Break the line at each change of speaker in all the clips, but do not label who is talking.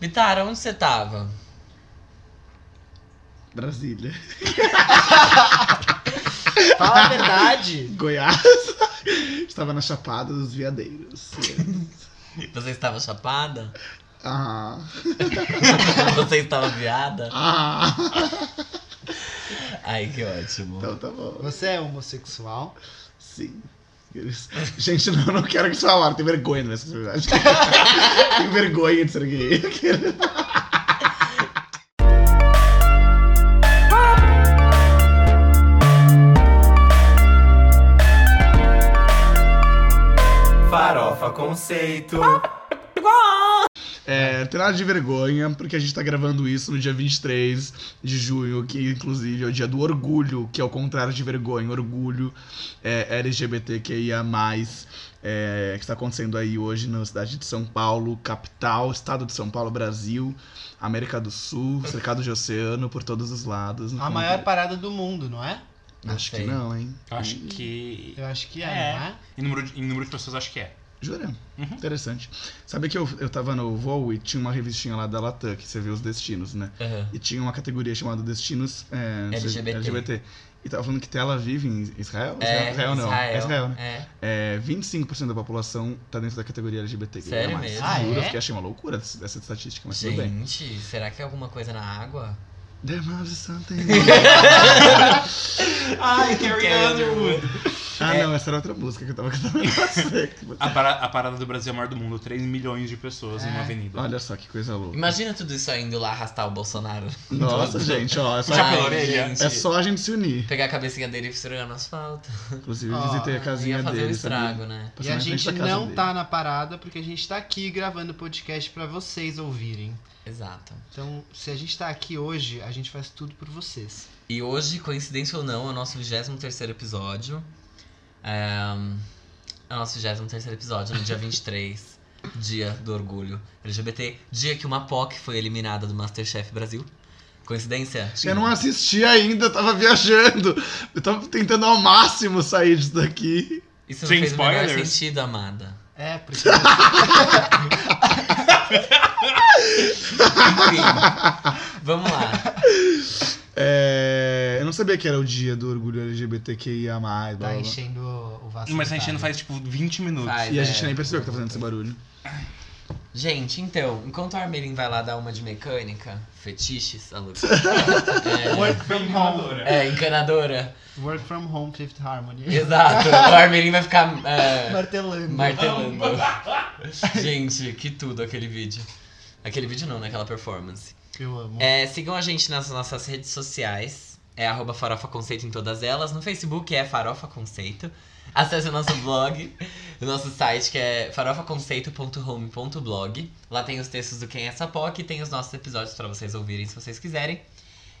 Bitara, onde você tava?
Brasília.
Fala a verdade.
Goiás. Estava na Chapada dos Veadeiros.
Você estava chapada?
Ah.
Você estava viada?
Ah.
Ai, que ótimo.
Então tá bom.
Você é homossexual?
Sim. Eles- Gente, não, não quero que isso falaram. Tenho vergonha dessa verdade. Tenho vergonha de ser gay.
Farofa Conceito.
É, tem nada de vergonha, porque a gente tá gravando isso no dia 23 de junho, que inclusive é o dia do orgulho, que é o contrário de vergonha. Orgulho é, LGBTQIA, é, que está acontecendo aí hoje na cidade de São Paulo, capital, estado de São Paulo, Brasil, América do Sul, cercado de oceano por todos os lados.
A maior parada do mundo, não é?
Acho que
Sei.
não, hein? Hum.
Acho que.
Eu acho que é,
É.
não é?
Em número, de, em número de pessoas, acho que é.
Jura?
Uhum.
Interessante. Sabe que eu, eu tava no voo e tinha uma revistinha lá da Latam, que você vê os destinos, né?
Aham.
E tinha uma categoria chamada Destinos é,
LGBT.
E tava falando que Tel Aviv em Israel? Israel, Israel não. É Israel, né? É, 25% da população tá dentro da categoria LGBT.
Sério
mais.
mesmo?
Ah,
Juro,
é?
eu fiquei achei uma loucura essa essa estatística, mas tudo bem.
Gente, será que é alguma coisa na água?
There must be something.
Ai,
Carrie Underwood.
ah,
É.
não, essa era outra música que eu tava cantando.
A, para- a parada do Brasil é a maior do mundo, 3 milhões de pessoas em uma
É.
avenida.
Olha só que coisa louca.
Imagina tudo isso indo lá arrastar o Bolsonaro.
Nossa, gente, ó. É só,
Já pela
Ai,
orelha.
gente.
é só a gente se unir.
Pegar a cabecinha dele e segurar no asfalto.
Inclusive,
Ó,
visitei a casinha
Ia fazer um
dele. sabia?
estrago, né?
Passei
E a
na frente
gente
da casa
não
dele.
tá na parada porque a gente tá aqui gravando podcast pra vocês ouvirem.
Exato.
Então, se a gente tá aqui hoje, a gente faz tudo por vocês.
E hoje, coincidência ou não, é o nosso 23 episódio. É, é o nosso 23 episódio, no dia 23, dia do orgulho LGBT. Dia que uma POC foi eliminada do Masterchef Brasil. Coincidência?
Eu não assisti ainda, eu tava viajando. Eu tava tentando ao máximo sair disso daqui.
Isso não
Sem
fez o menor
spoilers?
sentido, amada.
É, porque.
Enfim, vamos lá.
É, Eu não sabia que era o dia do orgulho LGBTQIA. Blá, blá,
Tá
blá.
enchendo o vaso.
Mas a
sanitário.
gente não faz tipo 20 minutos.
Faz,
E a
é.
gente nem percebeu que tá fazendo esse barulho.
Gente, então, enquanto a Armelin vai lá dar uma de mecânica, fetiches, alô.
Work from home.
É, é, encanadora.
Work from home, Fifth Harmony.
Exato. A Armelin vai ficar. é,
Martelando.
Martelando. Gente, que tudo aquele vídeo. Aquele vídeo não, naquela performance.
Eu amo.
É, sigam a gente nas nossas redes sociais. É arroba Farofa Conceito em todas elas. No Facebook é Farofa Conceito. Acesse o nosso blog, o nosso site que é farofaconceito.home.blog. Lá tem os textos do Quem é essa POC e tem os nossos episódios pra vocês ouvirem se vocês quiserem.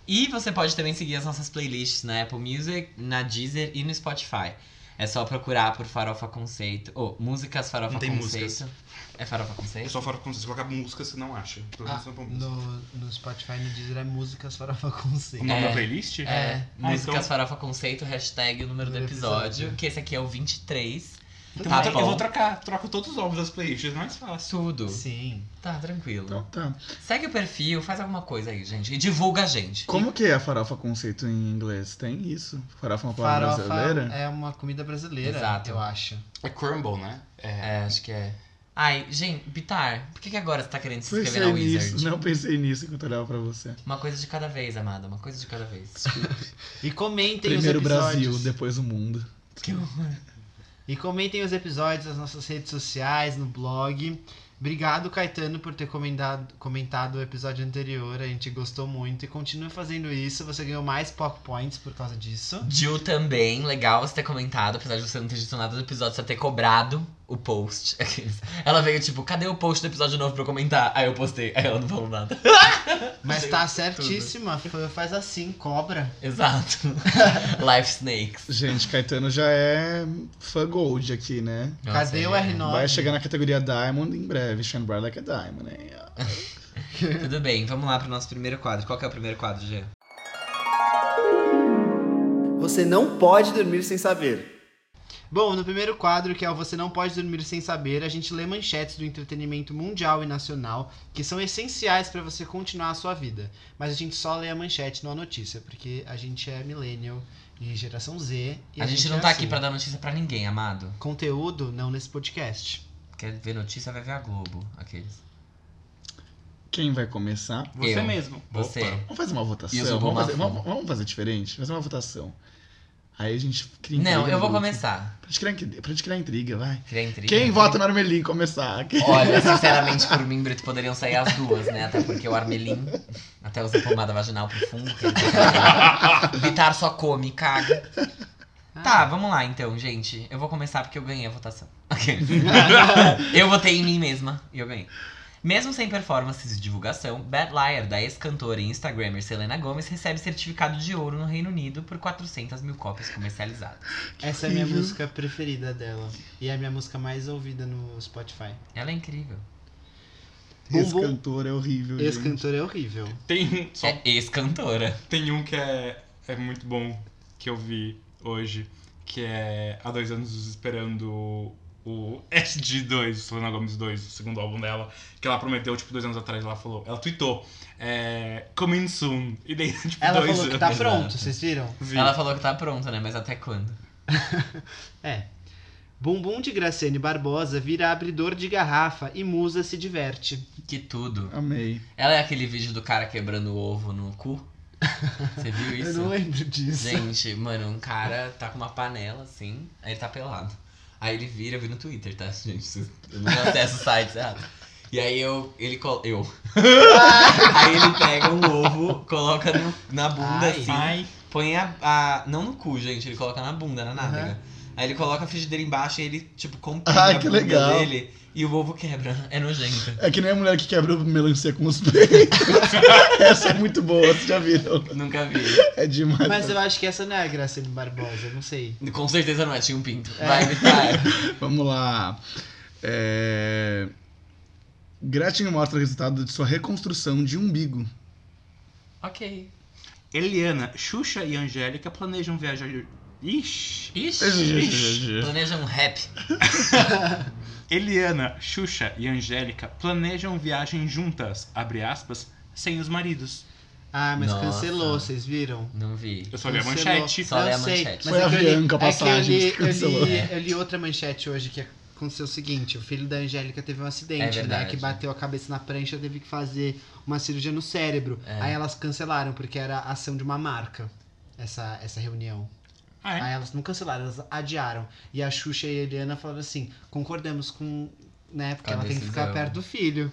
E você pode também seguir as nossas playlists na Apple Music, na Deezer e no Spotify. É só procurar por Farofa Conceito. Ou músicas Farofa
Não tem
Conceito.
músicas.
É Farofa
Eu
Conceito?
só falo com vocês, colocar música, você não acha. Tô
Ah,
pensando pra música.
no, no Spotify no Deezer é músicas farofa
O
conceito.
nome
É.
da playlist?
É,
Ah,
músicas
então-
Farofa Conceito, hashtag o número do
Número do
episódio,
episódio.
que esse aqui é o 23.
Então
Tá
eu,
bom.
vou trocar, troco todos os ovos das playlists, é mais fácil.
Tudo.
Sim.
Tá, tranquilo.
Então tá.
Segue o perfil, faz alguma coisa aí, gente. E divulga a gente.
Como que é a farofa conceito em inglês? Tem isso? Farofa é uma palavra
Farofa
brasileira?
é uma comida brasileira,
Exato.
eu acho.
É crumble, né?
É, acho que é. Ai, gente, Bitar, por que, que agora você tá querendo se inscrever
um
Pensei
na
nisso.
Wizard?
Não pensei nisso enquanto eu olhava pra você.
Uma coisa de cada vez, amada. Uma coisa de cada vez.
E comentem
Primeiro
os
o
episódios.
Brasil, depois o mundo.
E comentem os episódios nas nossas redes sociais, no blog. Obrigado, Caetano, por ter comentado, comentado o episódio anterior. A gente gostou muito e continua fazendo isso. Você ganhou mais POC Points por causa disso.
Jill também, legal você ter comentado, apesar de você não ter dito nada do episódio, você ter cobrado o post. Ela veio tipo, cadê o post do episódio novo pra eu comentar? Aí eu postei, aí ela não falou nada.
Mas
Sim,
tá certíssima. Fa- Faz assim, cobra.
Exato. Life Snakes.
Gente, Caetano já é fã gold aqui, né?
Cadê o
gente,
R9?
Vai chegar na categoria Diamond em breve. Shine Bright Like a Diamond, né?
Tudo bem, vamos lá pro nosso primeiro quadro. Qual que é o primeiro quadro, Gê?
Você não pode dormir sem saber.
Bom, no primeiro quadro, que é o Você Não Pode Dormir Sem Saber, a gente lê manchetes do entretenimento mundial e nacional que são essenciais para você continuar a sua vida. Mas a gente só lê a manchete, não a notícia, porque a gente é millennial e geração Z. E
A, gente, não
é
tá
assim.
aqui pra dar notícia pra ninguém, amado.
Conteúdo, não nesse podcast.
Quer ver notícia, vai ver a Globo. Aqueles.
Quem vai começar?
Você
Eu.
mesmo.
Você.
Opa.
Vamos fazer uma votação.
Isso, eu vou
vamos, fazer,
matar.
vamos, vamos fazer diferente? Fazer uma votação. Aí a gente cria
Não,
intriga
eu
no
vou
grupo.
começar.
Pra gente criar, pra gente criar intriga, vai.
Criar intriga.
Quem vota no Armelin começar? Quem-
Olha, sinceramente, por mim, Brito, poderiam sair as duas, né? Até porque o Armelin até usa pomada vaginal pro fundo. que ele tá- Bitar só come, caga.
Ah.
Tá, vamos lá então, gente. Eu vou começar porque eu ganhei a votação. eu votei em mim mesma e eu ganhei. Mesmo sem performances de divulgação, Bad Liar, da ex-cantora e Instagrammer Selena Gomez, recebe certificado de ouro no Reino Unido por 400 mil cópias comercializadas.
Essa é a minha
incrível.
música preferida dela. E é a minha música mais ouvida no Spotify.
Ela é incrível.
Esse
Bumbum.
cantor é horrível,
Esse
gente.
cantor é horrível.
Tem um, só
É ex-cantora.
tem um que é, é muito bom que eu vi hoje, que é há dois anos esperando o SD2, Selena Gomes 2, o segundo álbum dela, que ela prometeu, tipo, dois anos atrás, ela falou, ela tweetou, é, coming soon, e daí, tipo,
Ela
dois
falou que
anos.
tá
anos,
pronto,
né?
vocês viram?
Vi.
Ela falou que tá pronta, né? Mas até quando?
É. Bumbum de Graciane Barbosa vira abridor de garrafa e musa se diverte.
Que tudo.
Amei.
Ela é aquele vídeo do cara quebrando o ovo no cu. Você viu
Eu
isso?
não lembro disso.
Gente, mano, um cara tá com uma panela assim, aí ele tá pelado. Aí ele vira, eu vi no Twitter, tá, gente? Vocês- Eu não acesso o site, sabe? E aí eu. ele col... Eu. aí ele pega um ovo, coloca no- na bunda
Ai.
assim.
Ai,
Põe a, a- Não no cu, gente, ele coloca na bunda, na nádega. Aí ele coloca a frigideira embaixo e ele, tipo, comprime
Ai,
a
que
bunda
legal.
dele e o ovo quebra. É nojento.
É que nem a mulher que quebrou melancia com os peitos. Essa é muito boa, vocês já viram.
Nunca vi.
É demais.
Mas eu acho que essa não é a Graciane Barbosa, eu não sei.
Com certeza não é, tinha um pinto.
É.
Vai evitar.
Vamos lá. É... Gretchen mostra o resultado de sua reconstrução de umbigo.
ok.
Eliana, Xuxa e Angélica planejam viajar... Ixi!
é
Ixi. Planeja um rap.
Eliana, Xuxa e Angélica planejam viagem juntas, abre aspas, sem os maridos.
Ah, mas
Nossa.
cancelou, vocês viram?
Não vi.
Eu só li a
Cancelou.
manchete.
Só lê a
Não sei,
manchete.
mas
Foi
é
a
que eu li-
Bianca a
é que eu
passagem
li-
que
eu, li,
cancelou.
É.
eu li outra manchete hoje que aconteceu o seguinte: o filho da Angélica teve um acidente,
É
né?
verdade.
Que bateu a cabeça na prancha, teve que fazer uma cirurgia no cérebro.
É.
Aí elas cancelaram, porque era a ação de uma marca. Essa, essa reunião.
Ah, é?
Aí elas não cancelaram, elas adiaram. E a Xuxa e a Eliana falaram assim: concordamos com. Né?
Com
Porque
a
ela tem que
decisão.
ficar perto do filho.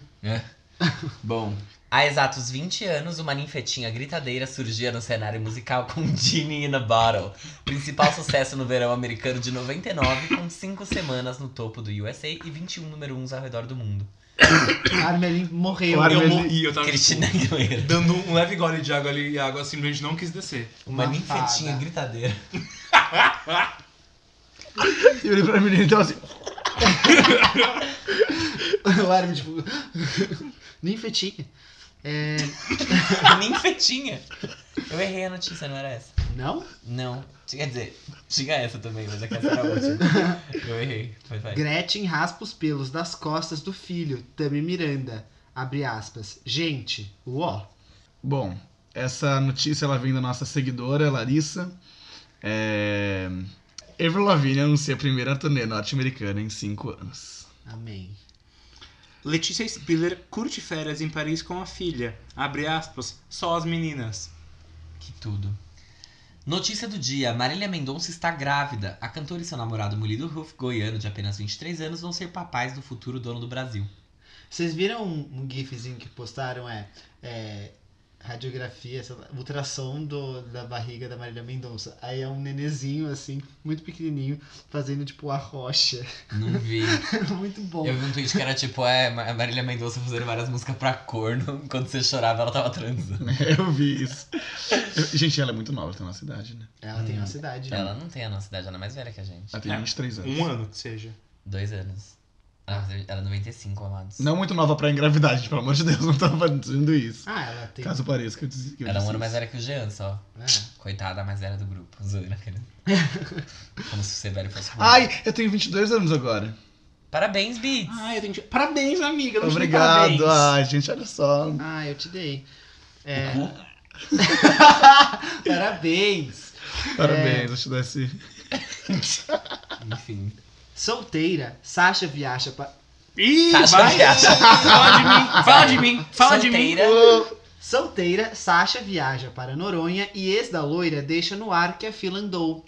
Bom. Há exatos 20 anos, uma ninfetinha gritadeira surgia no cenário musical com Genie in a Bottle, principal sucesso no verão americano de 99, com 5 semanas no topo do USA e 21 número 1 ao redor do mundo.
A Armelin morreu.
O Armelin-
Eu morri, eu tava
Cristina
tipo,
Aguilera.
dando um leve gole de água ali e a água simplesmente não quis descer.
Uma,
Uma
ninfetinha
fada.
gritadeira.
E ele pra menina então assim.
o Armin, tipo. Ninfetinha. É...
ninfetinha. Eu errei a notícia, não era essa.
Não?
Não. Quer dizer, tinha essa também, mas é que essa era a última. Eu errei. Mas vai.
Gretchen raspa os pelos das costas do filho, Tami Miranda. Abre aspas. Gente, uó.
Bom, essa notícia ela vem da nossa seguidora, Larissa. É... Avril Lavigne anuncia a primeira turnê norte-americana em 5 anos.
Amém.
Letícia Spiller curte férias em Paris com a filha. Abre aspas, só as meninas.
Que tudo. Notícia do dia: Marília Mendonça está grávida. A cantora e seu namorado Murilo Ruff, goiano de apenas 23 anos, vão ser papais do futuro dono do Brasil.
Vocês viram um, um gifzinho que postaram? É. é, radiografia, sei lá, ultrassom do, da barriga da Marília Mendonça. Aí é um nenezinho, assim, muito pequenininho, fazendo tipo a rocha.
Não vi.
muito bom.
Eu vi um tweet que era tipo: é, Ma- Marília Mendonça fazendo várias músicas pra corno. Enquanto você chorava, ela tava transando.
Eu vi isso. Eu- Gente, ela é muito nova, tem nossa idade, né?
Ela tem uma
Hum.
cidade. né?
Ela não tem a nossa idade, ela é mais velha que a gente.
Ela tem
É.
23 anos.
Um ano que seja.
Dois anos. Ela ela é 95, amados.
Não muito nova pra engravidar, gente, pelo amor de Deus, não tava dizendo isso.
Ah, ela tem.
Caso pareça que eu disse que eu
Era um
disse
ano mais
isso.
velha que o Jean, só.
É.
Coitada, mais velha do grupo. Zoeira, querida. Como se ser velho fosse ruim.
Ai, eu tenho 22 anos agora.
Parabéns, Beats!
Ai, Ah, eu tenho que... Parabéns, amiga. eu não te dei
Obrigado.
parabéns.
Ai, gente, olha só.
Ah, eu te dei. É. Parabéns.
É.
Parabéns, eu te dar esse.
Enfim.
Solteira, Sasha viaja para.
Ih,
Tá
vai.
chateado.
Fala de mim. Fala de mim. Fala de mim.
Solteira.
Solteira, Sasha viaja para Noronha e ex da loira deixa no ar que a fila andou.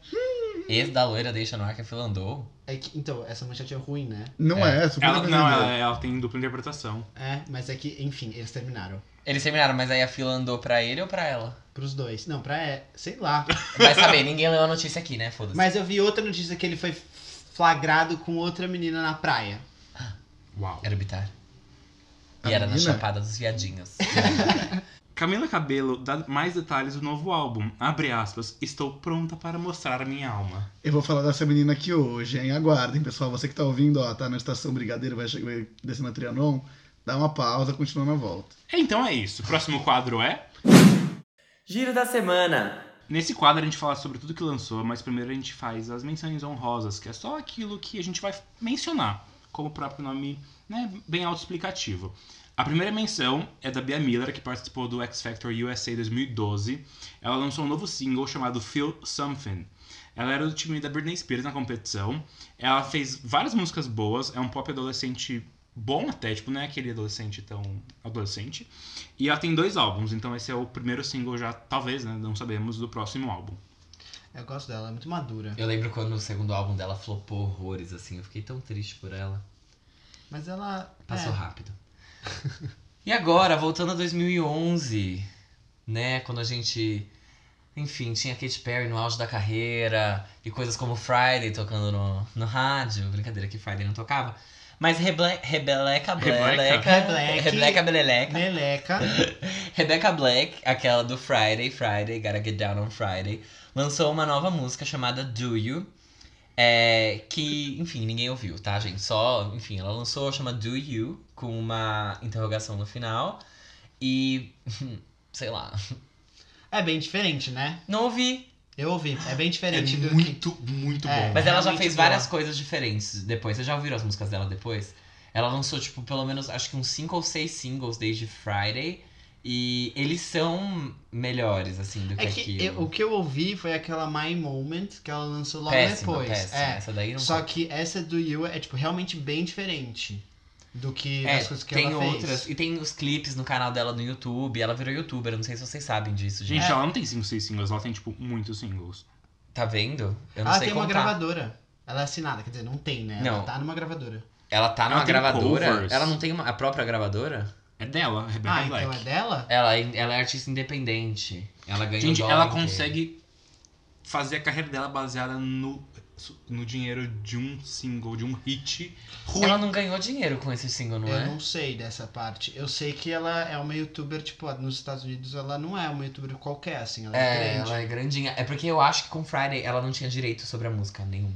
Ex da loira deixa no ar que a fila andou.
É que, então, essa manchete é ruim, né?
Não é, super
Ela, não,
brasileiro.
ela, ela tem dupla interpretação.
É, mas é que, enfim, eles terminaram.
Eles terminaram, mas aí a fila andou pra ele ou pra ela?
Pros dois. Não, pra. é- Sei lá.
Vai saber, ninguém leu a notícia aqui, né? Foda-se.
Mas eu vi outra notícia que ele foi flagrado com outra menina na praia.
Uau.
Era o Bitar.
A
E era na
menina?
Chapada dos Viadinhos.
Camila Cabelo dá mais detalhes do novo álbum. Abre aspas. Estou pronta para mostrar minha alma.
Eu vou falar dessa menina aqui hoje, hein? Aguardem, pessoal. Você que tá ouvindo, ó, tá na estação Brigadeiro, vai, che- vai descer na Trianon. Dá uma pausa, continua na volta.
É, então é isso. Próximo quadro é...
Giro da semana.
Nesse quadro a gente fala sobre tudo que lançou, mas primeiro a gente faz as menções honrosas, que é só aquilo que a gente vai mencionar, como o próprio nome, né, bem autoexplicativo. A primeira menção é da Bia Miller, que participou do X Factor USA 2012. Ela lançou um novo single chamado Feel Something. Ela era do time da Britney Spears na competição. Ela fez várias músicas boas, é um pop adolescente bom até, tipo, não é aquele adolescente tão adolescente. E ela tem dois álbuns, então esse é o primeiro single já, talvez, né? Não sabemos, do próximo álbum.
Eu gosto dela, ela é muito madura.
eu lembro quando o segundo álbum dela flopou horrores, assim. Eu fiquei tão triste por ela.
Mas ela.
Passou
é.
rápido. e agora, voltando a 2011, né? Quando a gente, enfim, tinha Katy Perry no auge da carreira e coisas como Friday tocando no, no rádio. Brincadeira que Friday não tocava. Mas Reble Rebeleca Bleleca.
Rebleque.
Rebeleca Bleleca.
Meleca.
Rebecca Black, aquela do Friday, Friday, Gotta Get Down on Friday, lançou uma nova música chamada Do You. é, que, enfim, ninguém ouviu, tá, gente? Só, enfim, ela lançou, chama Do You, com uma interrogação no final. E. Sei lá.
É bem diferente, né?
Não ouvi.
Eu ouvi. É bem
É
diferente do que.
muito, muito
É,
bom.
Mas ela já
Realmente
fez
boa.
várias coisas diferentes depois. Vocês já ouviram as músicas dela depois? Ela lançou, tipo, pelo menos, acho que uns 5 ou 6 singles desde Friday. E eles são melhores, assim, do que
É que
aquilo.
eu- o que eu ouvi foi aquela My Moment que ela lançou logo
péssima,
depois.
péssima.
é.
Essa daí não
Só que essa do You é, tipo, realmente bem diferente do que
É,
as coisas que
tem
ela fez.
outras. E tem os clipes no canal dela no YouTube. Ela virou youtuber, não sei se vocês sabem disso, gente.
Gente,
É.
ela não tem 5, 6 singles, ela tem, tipo, muitos singles.
Tá vendo? Eu não
Ela
sei
tem uma
contar.
gravadora. Ela é assinada, quer dizer, não tem, né? Ela
Não.
tá numa gravadora.
Ela tá numa
Ela tem
gravadora.
covers.
Ela não tem uma- a própria gravadora?
É dela, a Rebecca
ah,
Black.
então é dela?
Ela, é- ela é artista independente. Ela ganha
Gente,
o dólar
ela
inteiro.
consegue fazer a carreira dela baseada no, no dinheiro de um single, de um hit ruim.
Ela não ganhou dinheiro com esse single, não
eu
é?
não sei dessa parte. Eu sei que ela é uma youtuber, tipo, nos Estados Unidos ela não é uma youtuber qualquer, assim, ela é,
É,
grande.
ela é grandinha. É porque eu acho que com Friday ela não tinha direito sobre a música nenhum.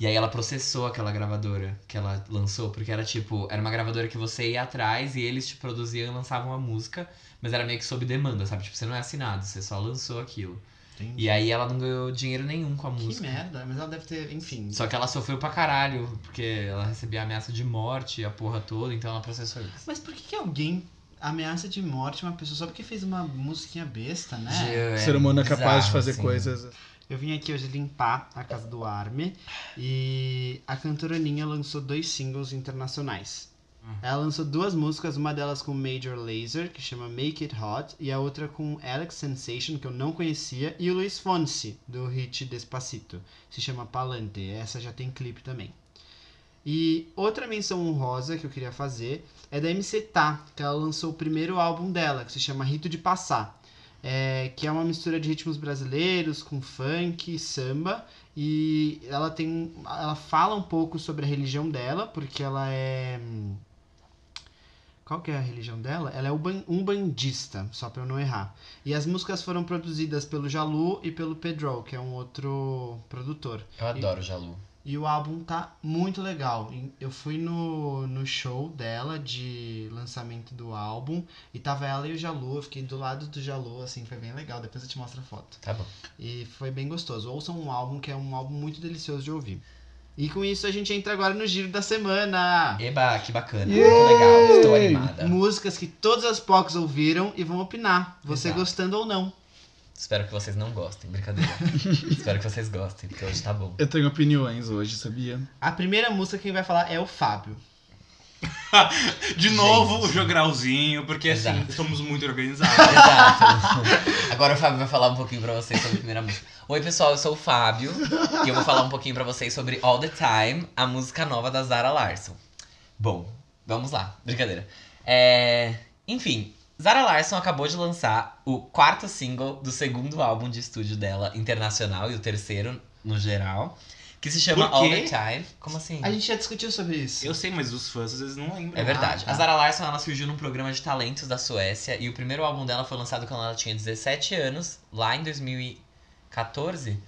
E aí ela processou aquela gravadora que ela lançou, porque era tipo, era uma gravadora que você ia atrás e eles te produziam e lançavam a música, mas era meio que sob demanda, sabe? Tipo, você não é assinado, você só lançou aquilo.
Entendi.
E aí ela não ganhou dinheiro nenhum com a
Que
música.
merda, mas ela deve ter, enfim.
Só que ela sofreu pra caralho, porque ela recebia ameaça de morte, a porra toda, então ela processou isso.
Mas por que, que alguém ameaça de morte uma pessoa só porque fez uma musiquinha besta, né?
Gê,
o ser humano é capaz de
bizarro,
fazer
assim.
coisas.
Eu vim aqui hoje limpar a casa do Arme e a cantora Ninha lançou dois singles internacionais. Ela lançou duas músicas, uma delas com Major Lazer, que chama Make It Hot, e a outra com Alex Sensation, que eu não conhecia, e o Luiz Fonsi, do hit Despacito, se chama Palante, essa já tem clipe também. E outra menção honrosa que eu queria fazer é da MC Tá, que ela lançou o primeiro álbum dela, que se chama Rito de Passar é, que é uma mistura de ritmos brasileiros com funk, samba e ela tem ela fala um pouco sobre a religião dela porque ela é hum, qual que é a religião dela? Ela é uban- umbandista, só pra eu não errar. E as músicas foram produzidas pelo Jalu e pelo Pedro, que é um outro produtor.
Eu adoro Jalu.
E o álbum tá muito legal. E Eu fui no, no show dela de lançamento do álbum e tava ela e o Jalô. Eu fiquei do lado do Jalô, assim, foi bem legal. Depois eu te mostro a foto.
Tá bom.
E foi bem gostoso. Ouçam um álbum que é um álbum muito delicioso de ouvir. E com isso a gente entra agora no giro da semana.
Eba, que bacana. Muito
Yay!
legal. Estou animada.
Músicas que todas as POCs ouviram e vão opinar, você
Exato.
gostando ou não.
Espero que vocês não gostem. Brincadeira. Espero que vocês gostem, porque hoje tá bom.
Eu tenho opiniões hoje, sabia?
A primeira música quem vai falar é o Fábio.
De novo,
Gente.
o jogralzinho, porque assim,
Exato.
somos muito organizados.
Exato. Agora o Fábio vai falar um pouquinho pra vocês sobre a primeira música. Oi, pessoal, eu sou o Fábio e eu vou falar um pouquinho pra vocês sobre All the Time, a música nova da Zara Larson. Bom, vamos lá. Brincadeira. É, Enfim, Zara Larson acabou de lançar o quarto single do segundo álbum de estúdio dela, internacional, e o terceiro no geral, que se chama
Por
All the
quê?
Time. Como assim?
A gente já discutiu sobre isso.
Eu sei, mas os fãs às vezes não lembram.
É verdade.
tá.
A Zara Larsson ela surgiu num programa de talentos da Suécia e o primeiro álbum dela foi lançado quando ela tinha 17 anos, lá em 2014.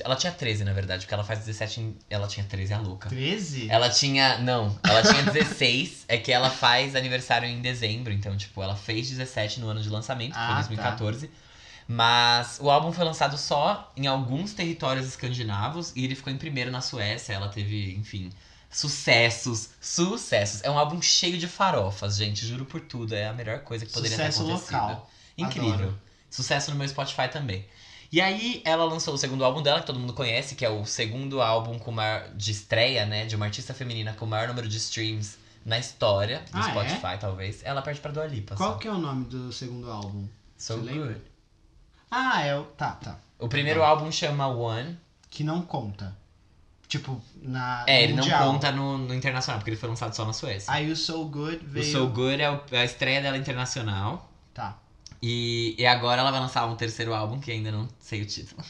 Ela tinha 13, na verdade, porque ela faz 17 em... Ela tinha 13, é a louca.
13?
Ela tinha. Não, ela tinha 16. é que ela faz aniversário em dezembro. Então, tipo, ela fez 17 no ano de lançamento, que foi
Ah,
2014. Mas o álbum foi lançado só em alguns territórios escandinavos e ele ficou em primeiro na Suécia. Ela teve, enfim, sucessos, sucessos. É um álbum cheio de farofas, gente. Juro por tudo. É a melhor coisa que poderia
Sucesso
ter acontecido.
local.
Incrível.
Adoro.
Sucesso no meu Spotify também. E aí ela lançou o segundo álbum dela, que todo mundo conhece, que é o segundo álbum com maior, de estreia, né? De uma artista feminina com o maior número de streams na história do
Ah, é?
Spotify, talvez. Ela perde pra Dua Lipa.
Qual
só.
que é o nome do segundo álbum?
So
Você
good.
lembra? Ah, é o. Tá, tá.
O primeiro álbum chama One.
Que não conta. Tipo, na.
É,
no
ele não
mundial.
conta no, no internacional, porque ele foi lançado só na Suécia.
Aí o So Good
o
veio.
So Good é o- é a estreia dela internacional.
Tá.
E, e agora ela vai lançar um terceiro álbum que ainda não sei o título.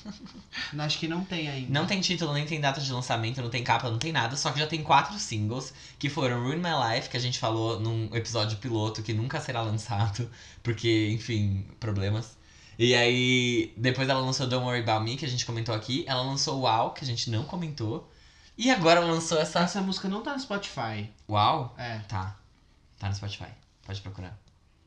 Acho que não tem ainda.
Não tem título, nem tem data de lançamento, não tem capa, não tem nada, só que já tem quatro singles, que foram Ruin My Life, que a gente falou num episódio piloto que nunca será lançado, porque, enfim, problemas. E aí, depois ela lançou Don't Worry About Me, que a gente comentou aqui, ela lançou Wow, que a gente não comentou, e agora ela lançou essa.
Essa música não tá no Spotify.
Wow?
É.
Tá. Tá no Spotify. Pode procurar.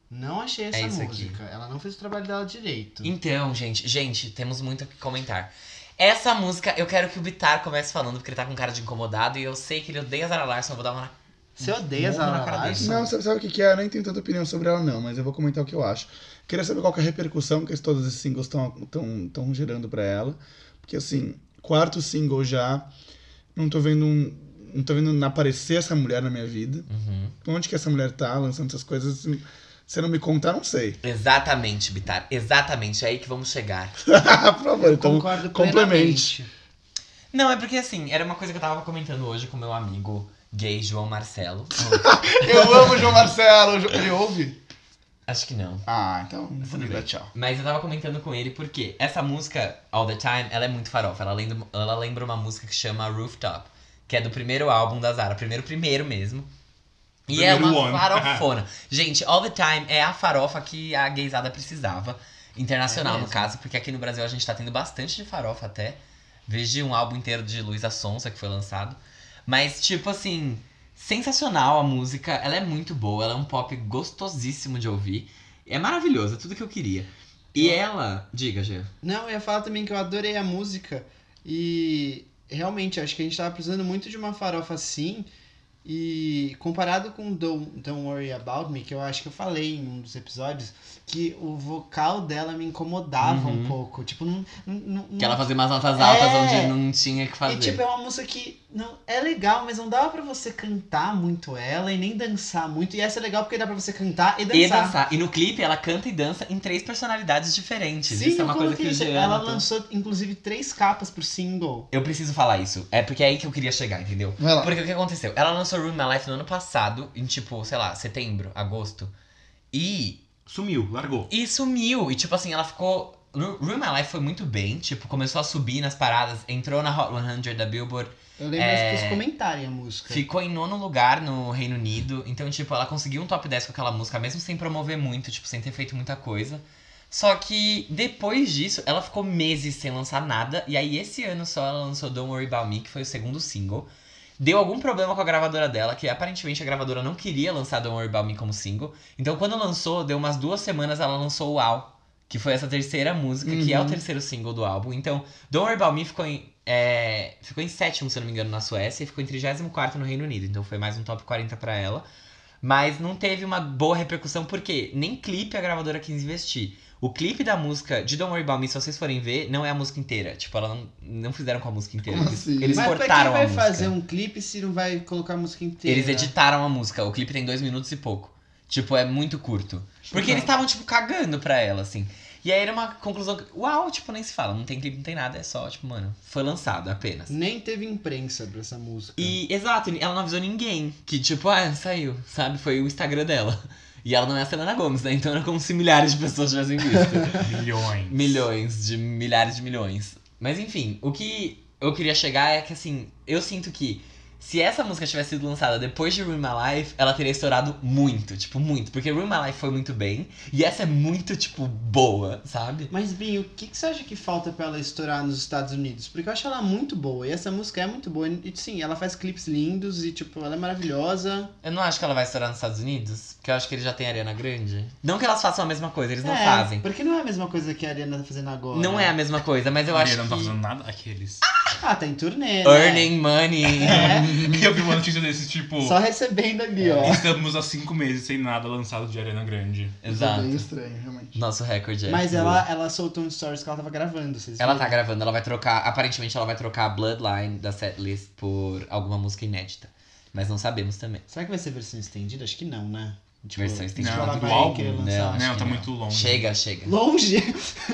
Não achei essa
É isso aqui.
música. Ela não fez o trabalho dela direito.
Então, gente, gente, temos muito o que comentar. Essa música, eu quero que o Bitar comece falando, porque ele tá com cara de incomodado, e eu sei que ele odeia a Zara Larson, eu vou dar uma
Você odeia
Murro na
Zara
cara dele.
Larson?
Não, sabe, sabe o que, que é? Eu nem tenho tanta opinião sobre ela, não, mas eu vou comentar o que eu acho. Queria saber qual que é a repercussão que todos esses singles estão gerando pra ela. Porque, assim, quarto single já. Não tô vendo um. Não tô vendo aparecer essa mulher na minha vida.
Uhum.
Onde que essa mulher tá lançando essas coisas? Se- Se não me contar, não sei.
Exatamente, Bitar. Exatamente, é aí que vamos chegar.
Por favor, então.
Concordo
complemente.
plenamente.
Não, é porque assim, era uma coisa que eu tava comentando hoje com meu amigo gay João Marcelo.
Eu amo o João Marcelo. Jo- Ele ouve?
Acho que não.
Ah, então. Vou ligar, tchau.
Mas eu tava comentando com ele porque essa música, All the Time, ela é muito farofa. Ela lembra, ela lembra uma música que chama Rooftop, que é do primeiro álbum da Zara, primeiro, primeiro mesmo. E é
Primeiro
uma
one.
farofona. Gente, All the Time é a farofa que a gaysada precisava. Internacional,
É
no
mesmo.
caso, porque aqui no Brasil a gente tá tendo bastante de farofa até. Veja um álbum inteiro de Luísa Sonsa que foi lançado. Mas, tipo assim, sensacional a música. Ela é muito boa, ela é um pop gostosíssimo de ouvir. É maravilhosa, tudo que eu queria.
Uhum.
E ela. Diga, Gê.
Não, eu ia falar também que eu adorei a música e realmente acho que a gente tava precisando muito de uma farofa assim. E comparado com Don't, Don't Worry About Me, que eu acho que eu falei em um dos episódios, que o vocal dela me incomodava
Uhum.
um pouco. Tipo, não. não, não-
Que ela fazia umas notas altas
É.
onde não tinha que fazer.
E tipo, é uma música que não, é legal, mas não dava pra você cantar muito ela e nem dançar muito. E essa é legal porque dá pra você cantar e é dançar.
E dançar. E no clipe ela canta e dança em três personalidades diferentes.
Sim,
isso é
eu
uma coisa que
coloquei
o
isso.
Jean
Ela
notou.
lançou, inclusive, três capas pro single.
Eu preciso falar isso. É porque é aí que eu queria chegar, entendeu?
Vai lá.
Porque o que aconteceu? Ela lançou Room My Life no ano passado, em tipo, sei lá, setembro, agosto. E
Sumiu, largou.
E sumiu. E tipo assim, ela ficou. Ru- Ruin My Life foi muito bem. Tipo, começou a subir nas paradas, entrou na Hot 100 da Billboard,
Eu lembro
É.
das pessoas comentarem a música.
ficou em nono lugar no Reino Unido. Então, tipo, ela conseguiu um top 10 com aquela música, mesmo sem promover muito, tipo, sem ter feito muita coisa. Só que depois disso, ela ficou meses sem lançar nada. E aí, esse ano só ela lançou Don't Worry About Me, que foi o segundo single. Deu algum problema com a gravadora dela, que aparentemente a gravadora não queria lançar Don't Worry About Me como single. Então, quando lançou, deu umas duas semanas, ela lançou Wow, que foi essa terceira música, que é o
Uhum.
terceiro single do álbum. Então, Don't Worry About Me ficou em, é, ficou em sétimo, se eu não me engano, na Suécia, e ficou em 34 no Reino Unido. Então, foi mais um top 40 pra ela. Mas não teve uma boa repercussão, porque nem clipe a gravadora quis investir. O clipe da música de Don't Worry About Me, se vocês forem ver, não é a música inteira. Tipo, ela não, não fizeram com a música inteira.
Como
Eles,
assim?
eles
Mas pra quem
cortaram a
vai
música.
fazer um clipe se não vai colocar a música inteira?
Eles editaram a música. O clipe tem dois minutos e pouco. Tipo, é muito curto. Porque
Tá
eles estavam, tipo, cagando pra ela, assim. E aí era uma conclusão. que- Uau, tipo, nem se fala. Não tem clipe, não tem nada. É só, tipo, mano, foi lançado apenas.
Nem teve imprensa pra essa música.
E, exato, ela não avisou ninguém. Que, tipo, ah, saiu, sabe? Foi o Instagram dela. E ela não é a Selena Gomes, né? Então era como se milhares de pessoas tivessem visto.
Milhões.
milhões, de milhares de milhões. Mas enfim, o que eu queria chegar é que assim, eu sinto que se essa música tivesse sido lançada depois de Ruin My Life, ela teria estourado muito, tipo, muito. Porque Ruin My Life foi muito bem, e essa é muito, tipo, boa, sabe?
Mas, Binho, o que, que você acha que falta pra ela estourar nos Estados Unidos? Porque eu acho ela muito boa. E essa música é muito boa. E sim, ela faz clipes lindos e, tipo, ela é maravilhosa.
Eu não acho que ela vai estourar nos Estados Unidos, porque eu acho que eles já têm Arena Grande. Não que elas façam a mesma coisa, eles não
É,
fazem.
Porque não é a mesma coisa que a Ariana tá fazendo agora.
Não é a mesma coisa, mas eu
Ele
acho
não tá fazendo
que.
nada aqueles.
Ah, tá em turnê. né?
Earning money.
É,
Eu vi uma notícia desse tipo.
só recebendo ali, ó.
Estamos há cinco meses sem nada lançado de Arena Grande.
Exato.
Bem estranho, realmente.
Nosso recorde é.
Mas
tipo,
ela, ela soltou um stories que ela tava gravando, vocês
Ela
viram?
tá gravando, ela vai trocar. Aparentemente ela vai trocar a Bloodline da setlist por alguma música inédita. Mas não sabemos também.
Será que vai ser versão estendida? Acho que não, né? Tipo,
Versão estendida.
Tipo, ela
Não,
vai
do álbum,
querer
Não,
lançar.
acho
Não,
que
tá muito longe.
Chega, chega.
Longe?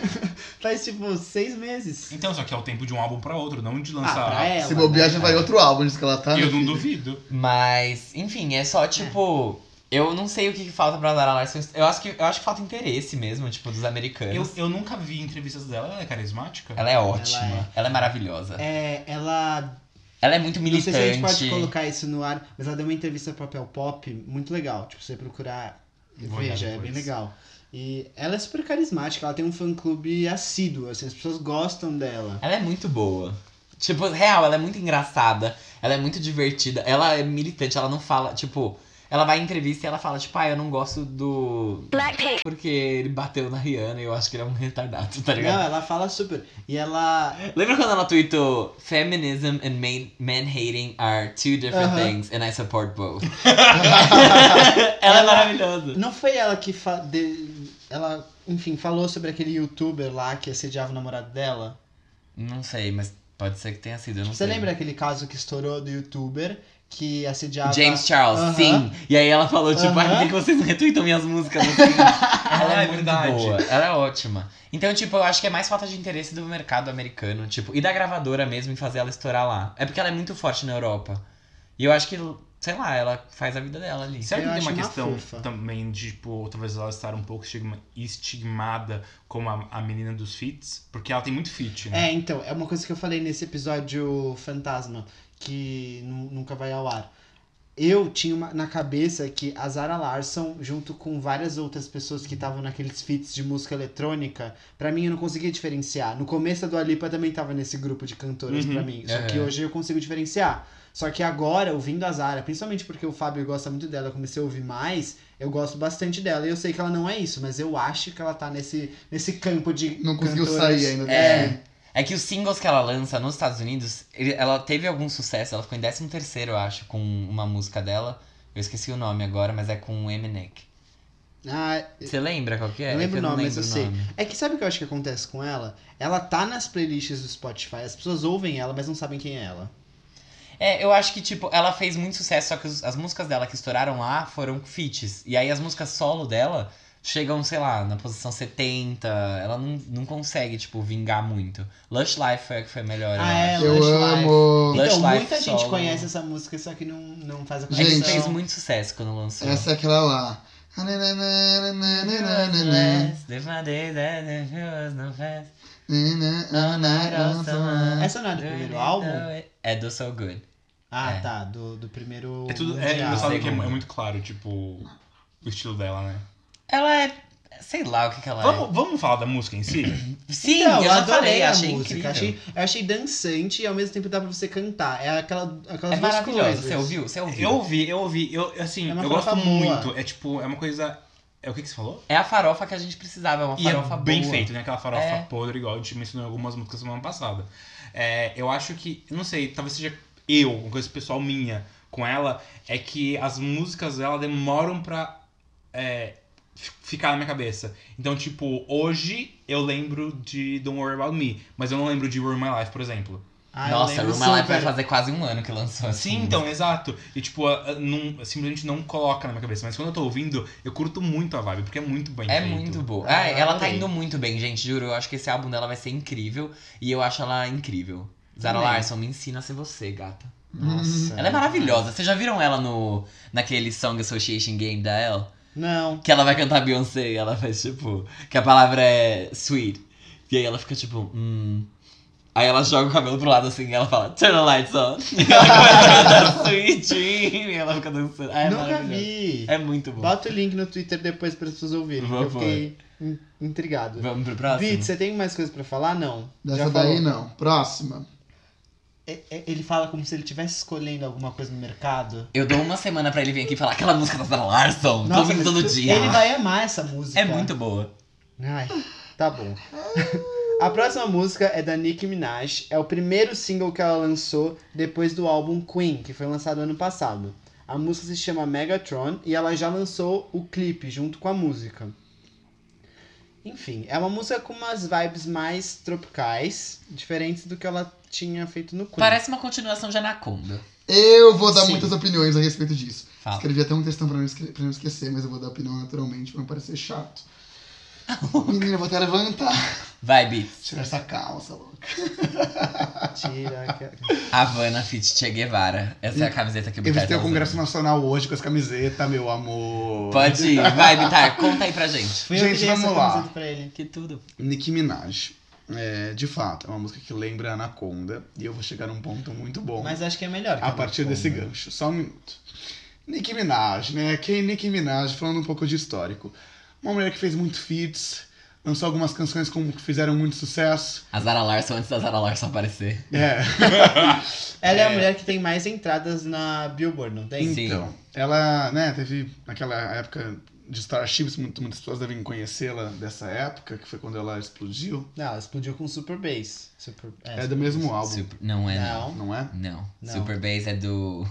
Faz tipo seis meses.
Então, só que é o tempo de um álbum pra outro, não de
ah,
lançar.
pra ela.
Se bobear,
né?
já vai outro álbum, diz que ela tá.
eu
meu
não
filho.
duvido.
Mas, enfim, é só tipo. Eu não sei o que que falta pra Zara Larson. Eu acho, que, eu acho que falta interesse mesmo, tipo, dos
Eu,
americanos.
eu nunca vi entrevistas dela, ela é carismática.
Ela é ótima. Ela é,
é.
maravilhosa.
É, ela.
Ela é muito
Não sei
militante.
se a gente pode colocar isso no ar, mas ela deu uma entrevista pra Papel Pop muito legal. Tipo, você procurar.
Vou olhar
veja, é bem
depois.
legal. E ela é super carismática, ela tem um fã clube assíduo, assim, as pessoas gostam dela.
Ela é muito boa. Tipo, real, ela é muito engraçada, ela é muito divertida, ela é militante, ela não fala, tipo, ela vai em entrevista e ela fala, tipo, ah, eu não gosto do. Blackpink. Porque ele bateu na Rihanna e eu acho que ele é um retardado, tá ligado?
Não, ela fala super. E ela.
Lembra quando ela tweetou Feminism and man, man hating are two different
Aham.
things and I support both? ela, é
Ela-
maravilhosa.
Não foi ela que. Fa... de- Ela, enfim, falou sobre aquele youtuber lá que assediava o namorado dela?
Não sei, mas pode ser que tenha sido, eu não
Você
sei.
lembra aquele caso que estourou do youtuber que assediava.
James Charles,
Tá, Aham.
sim. E aí ela falou, tipo, ai, por que
Aham.
que vocês não retweetam minhas músicas? Assim? ela
Ah,
é,
é
muito
verdade.
boa, ela é ótima. Então, tipo, eu acho que é mais falta de interesse do mercado americano, tipo, e da gravadora mesmo em fazer ela estourar lá. É porque ela é muito forte na Europa. E eu acho que, sei lá, ela faz a vida dela ali.
Será que
Eu
tem uma
acho uma
questão
fofa.
também de, tipo, talvez ela estar um pouco estigma- estigmada como a, a menina dos feats? Porque ela tem muito feat, né?
É, então, é uma coisa que eu falei nesse episódio Fantasma, que nu- nunca vai ao ar. Eu tinha uma- na cabeça que a Zara Larson, junto com várias outras pessoas que estavam naqueles feats de música eletrônica, pra mim eu não conseguia diferenciar. No começo a Dua Lipa também tava nesse grupo de cantoras
Uhum.
pra mim, só
É.
que hoje eu consigo diferenciar. Só que agora, ouvindo a Zara, principalmente porque o Fábio gosta muito dela, eu comecei a ouvir mais, eu gosto bastante dela. E eu sei que ela não é isso, mas eu acho que ela tá nesse, nesse campo de.
Não conseguiu
cantoras-
sair ainda.
É. É que os singles que ela lança nos Estados Unidos, ele- ela teve algum sucesso, ela ficou em 13 eu acho, com uma música dela. Eu esqueci o nome agora, mas é com o Eminem.
Ah,
Você lembra qual que é?
Eu lembro
É que
o
não
nome, mas
lembro
eu
o
sei.
nome.
É que sabe o que eu acho que acontece com ela? Ela tá nas playlists do Spotify, as pessoas ouvem ela, mas não sabem quem é ela.
É, eu acho que, tipo, ela fez muito sucesso, só que os- as músicas dela que estouraram lá foram feats. E aí as músicas solo dela chegam, sei lá, na posição 70. Ela não, não consegue, tipo, vingar muito. Lush Life foi a que foi melhor.
Ah, é,
acho.
Eu
Lush
amo.
Lush
Então,
Life né?
muita gente
solo.
conhece essa música, só que não, não faz a
É que
Gente.
fez
conexão.
muito sucesso quando lançou.
Essa é aquela lá.
é, né, né. Essa não é do primeiro álbum?
É do So Good.
Ah,
É.
tá, do, do primeiro.
É tudo. É
mundial.
engraçado que é,
Segundo.
é muito claro, tipo, o estilo dela, né?
Ela é. Sei lá o que, que ela
Vamos, vamos falar da música em si?
é. Sim,
Então,
eu já
adorei
falei,
a
achei
música.
incrível.
Achei, eu achei dançante e ao mesmo tempo dá pra você cantar. É aquela, aquelas
É
duas
maravilhoso.
coisas.
Você ouviu? Você ouviu?
Eu ouvi, eu ouvi. Eu, assim,
É uma
eu gosto
farofa boa.
muito. É tipo, é uma coisa. É o que, que você falou?
É a farofa que a gente precisava, é uma
E é
farofa
bem
boa.
feito, né? Aquela farofa
É.
podre, igual a gente mencionou em algumas músicas semana passada. É, eu acho que, não sei, talvez seja eu, uma coisa pessoal minha com ela, é que as músicas dela demoram pra é, fi- ficar na minha cabeça. Então, tipo, hoje eu lembro de Don't Worry About Me, mas eu não lembro de Ruin My Life, por exemplo.
Ah, eu
Nossa,
lembro
Room Life vai
super.
fazer quase um ano que lançou essa
Sim, então, exato. E, tipo, a- a- não- simplesmente não coloca na minha cabeça. Mas quando eu tô ouvindo, eu curto muito a vibe, porque é muito bem
É
feito.
muito boa.
Ah,
Ah, ela tá
adorei.
indo muito bem, gente, juro. Eu acho que esse álbum dela vai ser incrível. E eu acho ela incrível. Zara
Também.
Larson, me ensina a ser você, gata.
Nossa.
Ela é maravilhosa.
Ah.
Vocês já viram ela no naquele Song Association Game da Elle?
Não.
Que ela vai cantar Beyoncé e ela faz tipo. Que a palavra é sweet. E aí ela fica tipo. Hum. Aí ela joga o cabelo pro lado assim e ela fala, turn the lights on. E ela começa a cantar sweet dream. E ela fica dançando. Ah, é
Nunca
maravilhoso.
vi.
É muito bom.
Bota o link no Twitter depois para as pessoas ouvirem.
Por
Eu
favor.
fiquei in- intrigado.
Vamos pro próximo?
Bit, você tem mais coisa pra falar? Não.
Dessa
Já
daí
falou.
não. Próxima.
E- e- Ele fala como se ele estivesse escolhendo alguma coisa no mercado.
Eu dou uma semana pra ele vir aqui falar aquela música da Zara Larson. tô ouvindo
mas
todo dia.
Ele vai amar essa música.
É muito boa.
Ai, tá bom. A próxima música é da Nicki Minaj. É o primeiro single que ela lançou depois do álbum Queen, que foi lançado ano passado. A música se chama Megatron e ela já lançou o clipe junto com a música. Enfim, é uma música com umas vibes mais tropicais, diferentes do que ela tinha feito no Queen.
Parece uma continuação de Anaconda.
Eu vou dar
Sim.
muitas opiniões a respeito disso.
Fala.
Escrevi até um textão pra não, esque- pra não esquecer, mas eu vou dar opinião naturalmente pra não parecer chato. Menina, eu vou até levantar.
Vai, Bi.
Tirar essa calça, louca.
Tira aquela-
Havana Fit Che Guevara. Essa é a camiseta que o
Eu
Bitar
um
visitei
tá
o Congresso
usando.
Nacional hoje com as camisetas, meu amor.
Pode ir. Vai, Bitar. Conta aí pra gente.
Fui eu
Gente,
que dei
vamos
essa
lá.
camiseta pra ele.
Que tudo.
Nicki Minaj. É, de fato, é uma música que lembra Anaconda. E eu vou chegar num ponto muito bom
Mas acho que é melhor. que
a partir desse
Anaconda.
gancho. Só um minuto. Nicki Minaj, né? Quem é Nicki Minaj? Falando um pouco de histórico. Uma mulher que fez muito feats, lançou algumas canções com- que fizeram muito sucesso.
A Zara Larson antes da Zara Larson aparecer.
É.
Ela é. a mulher que tem mais entradas na Billboard, não tem?
Sim.
Então, ela, né, teve naquela época de Starships, muito, muitas pessoas devem conhecê-la dessa época, que foi quando ela explodiu.
Não, ela explodiu com Super Bass. Super,
É
Super
do mesmo
Bass.
álbum,
Super- Não é, não.
Não.
não é?
Não.
Não.
Super Bass é do...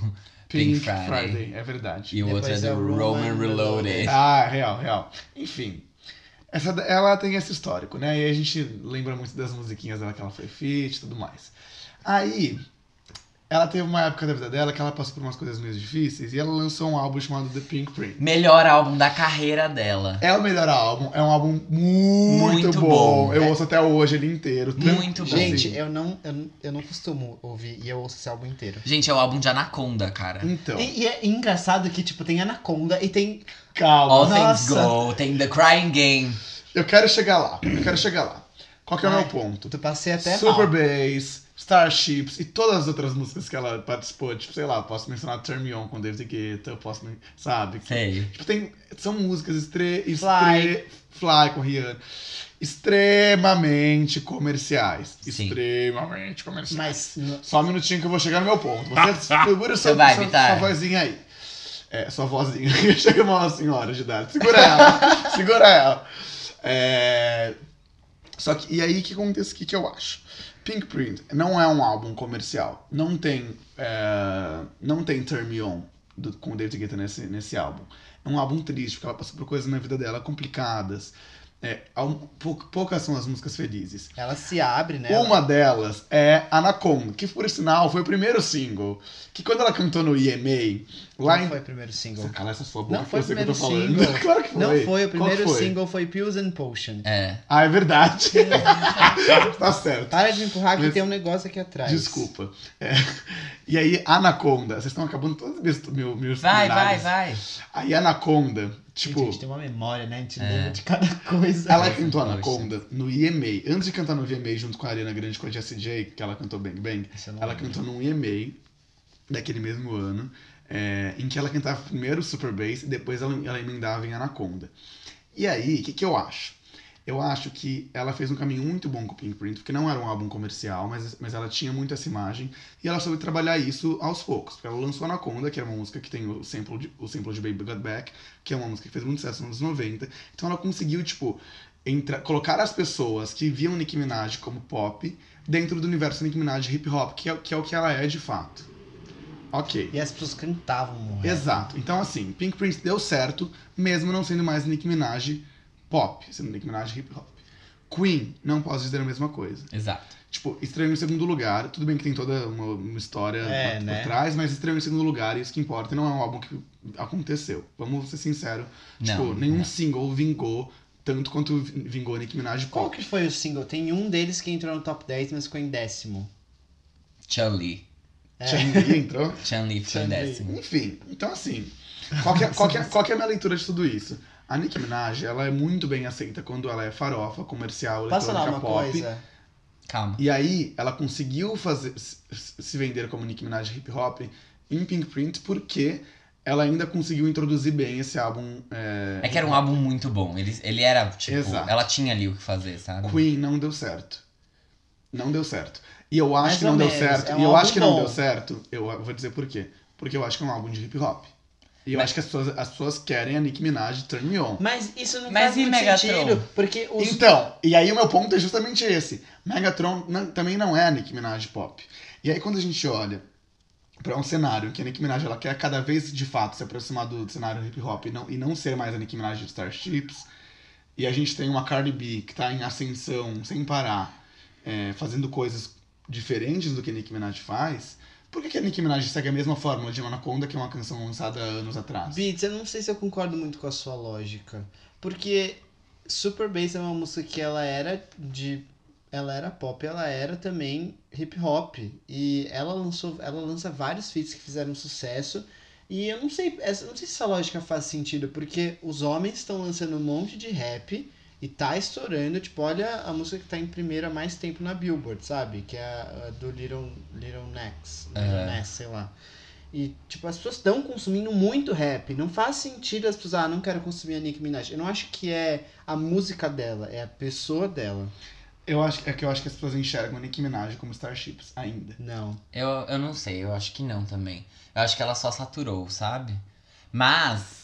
Pink
Pink,
Friday.
Friday. é verdade.
E o outro é
Depois
do
é o
Roman
Roman
Reloaded.
Reloaded.
Ah, real, real. Enfim, essa, ela tem esse histórico, né? E a gente lembra muito das musiquinhas dela que ela foi fit e tudo mais. Aí, ela teve uma época da vida dela que ela passou por umas coisas meio difíceis e ela lançou um álbum chamado The Pink Print.
Melhor álbum da carreira dela.
É o melhor álbum, é um álbum muito,
Muito
bom.
bom.
Eu
É.
ouço até hoje ele inteiro.
Muito bom.
Gente,
Assim,
eu não, eu, não- eu não costumo ouvir e eu ouço esse álbum inteiro.
Gente, é o álbum de Anaconda, cara.
Então,
E, e é engraçado que, tipo, tem Anaconda e tem.
calma.
All Things
Nossa.
Go, tem The Crying Game.
Eu quero chegar lá, eu quero chegar lá. Qual que é o
Ai,
meu ponto?
Tu passei até.
Super
mal.
Bass, Starships e todas as outras músicas que ela participou. Tipo, sei lá, posso mencionar Turn Me On com David Guetta, eu posso, men- sabe?
Sei.
Tipo, tem, são músicas estre, estre,
Fly.
Fly. com Rihanna. Extremamente comerciais.
Sim.
Extremamente comerciais.
Mas. n-
Só um minutinho que eu vou chegar no meu ponto. Você segura sua,
Você vai,
sua,
Vitara.
sua vozinha aí. É, sua vozinha. Chega uma senhora de idade. Segura ela. segura ela. É, Só que, e aí o que acontece? O que, que eu acho? Pink Print não é um álbum comercial. Não tem. é, não tem Turn Me On do- com o David Guetta nesse, nesse álbum. É um álbum triste, porque ela passou por coisas na vida dela complicadas. É, al- pou- poucas são as músicas felizes.
Ela se abre, né?
Uma delas é Anaconda, que por sinal foi o primeiro single. Que quando ela cantou no EMA,
Ela...
lá
Não
em.
foi o primeiro single.
Você cala essa sua boca,
Não foi
eu sei o que eu
o
tô
primeiro
falando.
single.
claro que foi.
Não foi, o
Qual
primeiro
foi?
single foi Pills and Potion.
É.
Ah, é verdade. tá certo.
Para de empurrar que
Mas-
tem um negócio aqui atrás.
Desculpa. É. E aí, Anaconda, vocês estão acabando todos os meus, meus, meus
Vai, vai,
comentários.
vai.
Aí, Anaconda,
Gente,
tipo.
a gente tem uma memória, né? A gente
É.
lembra de cada coisa.
Ela
Ai,
cantou
poxa.
Anaconda no EMA. Antes de cantar no VMA junto com a Ariana Grande e com a Jessie J, que ela cantou Bang Bang,
Isso eu não
Ela
lembro.
cantou num EMA daquele mesmo eh, ano, é, em que ela cantava primeiro Super Bass e depois ela, ela emendava em Anaconda. E aí, o que, que eu acho? Eu acho que ela fez um caminho muito bom com o Pink Print, porque não era um álbum comercial, mas, mas ela tinha muito essa imagem. E ela soube trabalhar isso aos poucos. Porque ela lançou Anaconda, que é uma música que tem o sample de, o sample de Baby Got Back, que é uma música que fez muito sucesso nos anos 90. Então ela conseguiu, tipo, entra, colocar as pessoas que viam Nicki Minaj como pop dentro do universo Nicki Minaj hip hop, que é, que é o que ela é de fato. Ok.
E as pessoas cantavam muito.
Exato. Então, assim, Pink Prince deu certo, mesmo não sendo mais Nicki Minaj pop, sendo Nicki Minaj hip hop. Queen, não posso dizer a mesma coisa.
Exato.
Tipo, estranho em segundo lugar, tudo bem que tem toda uma, uma história
É,
por por
né?
trás, mas estranho em segundo lugar, isso que importa, e não é um álbum que aconteceu. Vamos ser sinceros. tipo,
Não,
nenhum
não.
single vingou tanto quanto vin- vingou Nicki Minaj
Qual
pop.
que foi o single? Tem um deles que entrou no top 10, mas ficou em décimo.
Chan Lee.
É.
Chang entrou.
Chan Lee ficou em
Chan Lee.
décimo.
Enfim, então assim, qual que, é, qual, que é, qual que é a minha leitura de tudo isso? A Nicki Minaj, ela é muito bem aceita quando ela é farofa, comercial,
Posso falar
eletrônica,
uma
pop.
coisa?
Calma.
E aí, ela conseguiu fazer, se- se vender como Nicki Minaj hip hop em Pink Print porque ela ainda conseguiu introduzir bem esse álbum. é,
É que era um álbum muito bom. Ele, ele era, tipo,
Exato.
ela tinha ali o que fazer,
Uhum.
sabe?
Queen não deu certo. Não deu certo. E eu acho
Mais
que
ou
não deu
menos,
certo.
é um
e eu
álbum
acho que não
bom.
deu certo. Eu vou dizer por quê. Porque eu acho que é um álbum de hip hop. E eu
Mas-
acho que as pessoas, as pessoas querem a Nicki Minaj Turn Me On.
Mas isso não
Mas
faz
e
muito
Megatron?
sentido, porque os...
Então, e aí o meu ponto é justamente esse. Megatron não- também não é a Nicki Minaj pop. E aí quando a gente olha pra um cenário que a Nicki Minaj ela quer cada vez de fato se aproximar do cenário hip hop e não, e não ser mais a Nicki Minaj de Starships, e a gente tem uma Cardi B que tá em ascensão sem parar, é, fazendo coisas diferentes do que a Nicki Minaj faz, por que, que a Nicki Minaj segue a mesma fórmula de Anaconda, que é uma canção lançada anos atrás?
Beats, eu não sei se eu concordo muito com a sua lógica. Porque Super Bass é uma música que ela era de. Ela era pop, ela era também hip hop. E ela lançou. Ela lança vários feats que fizeram sucesso. E eu não sei, essa, não sei se essa lógica faz sentido, porque os homens estão lançando um monte de rap e tá estourando. Tipo, olha a música que tá em primeiro há mais tempo na Billboard, sabe? Que é a, a do Little, Little Nex, Little
Aham.
Nas, sei lá. E, tipo, as pessoas estão consumindo muito rap. Não faz sentido as pessoas, ah, não quero consumir a Nicki Minaj. Eu não acho que é a música dela, é a pessoa dela.
Eu acho, é que eu acho que as pessoas enxergam a Nicki Minaj como Starships ainda.
Não.
Eu, eu não sei, eu acho que não também. Eu acho que ela só saturou, sabe? Mas.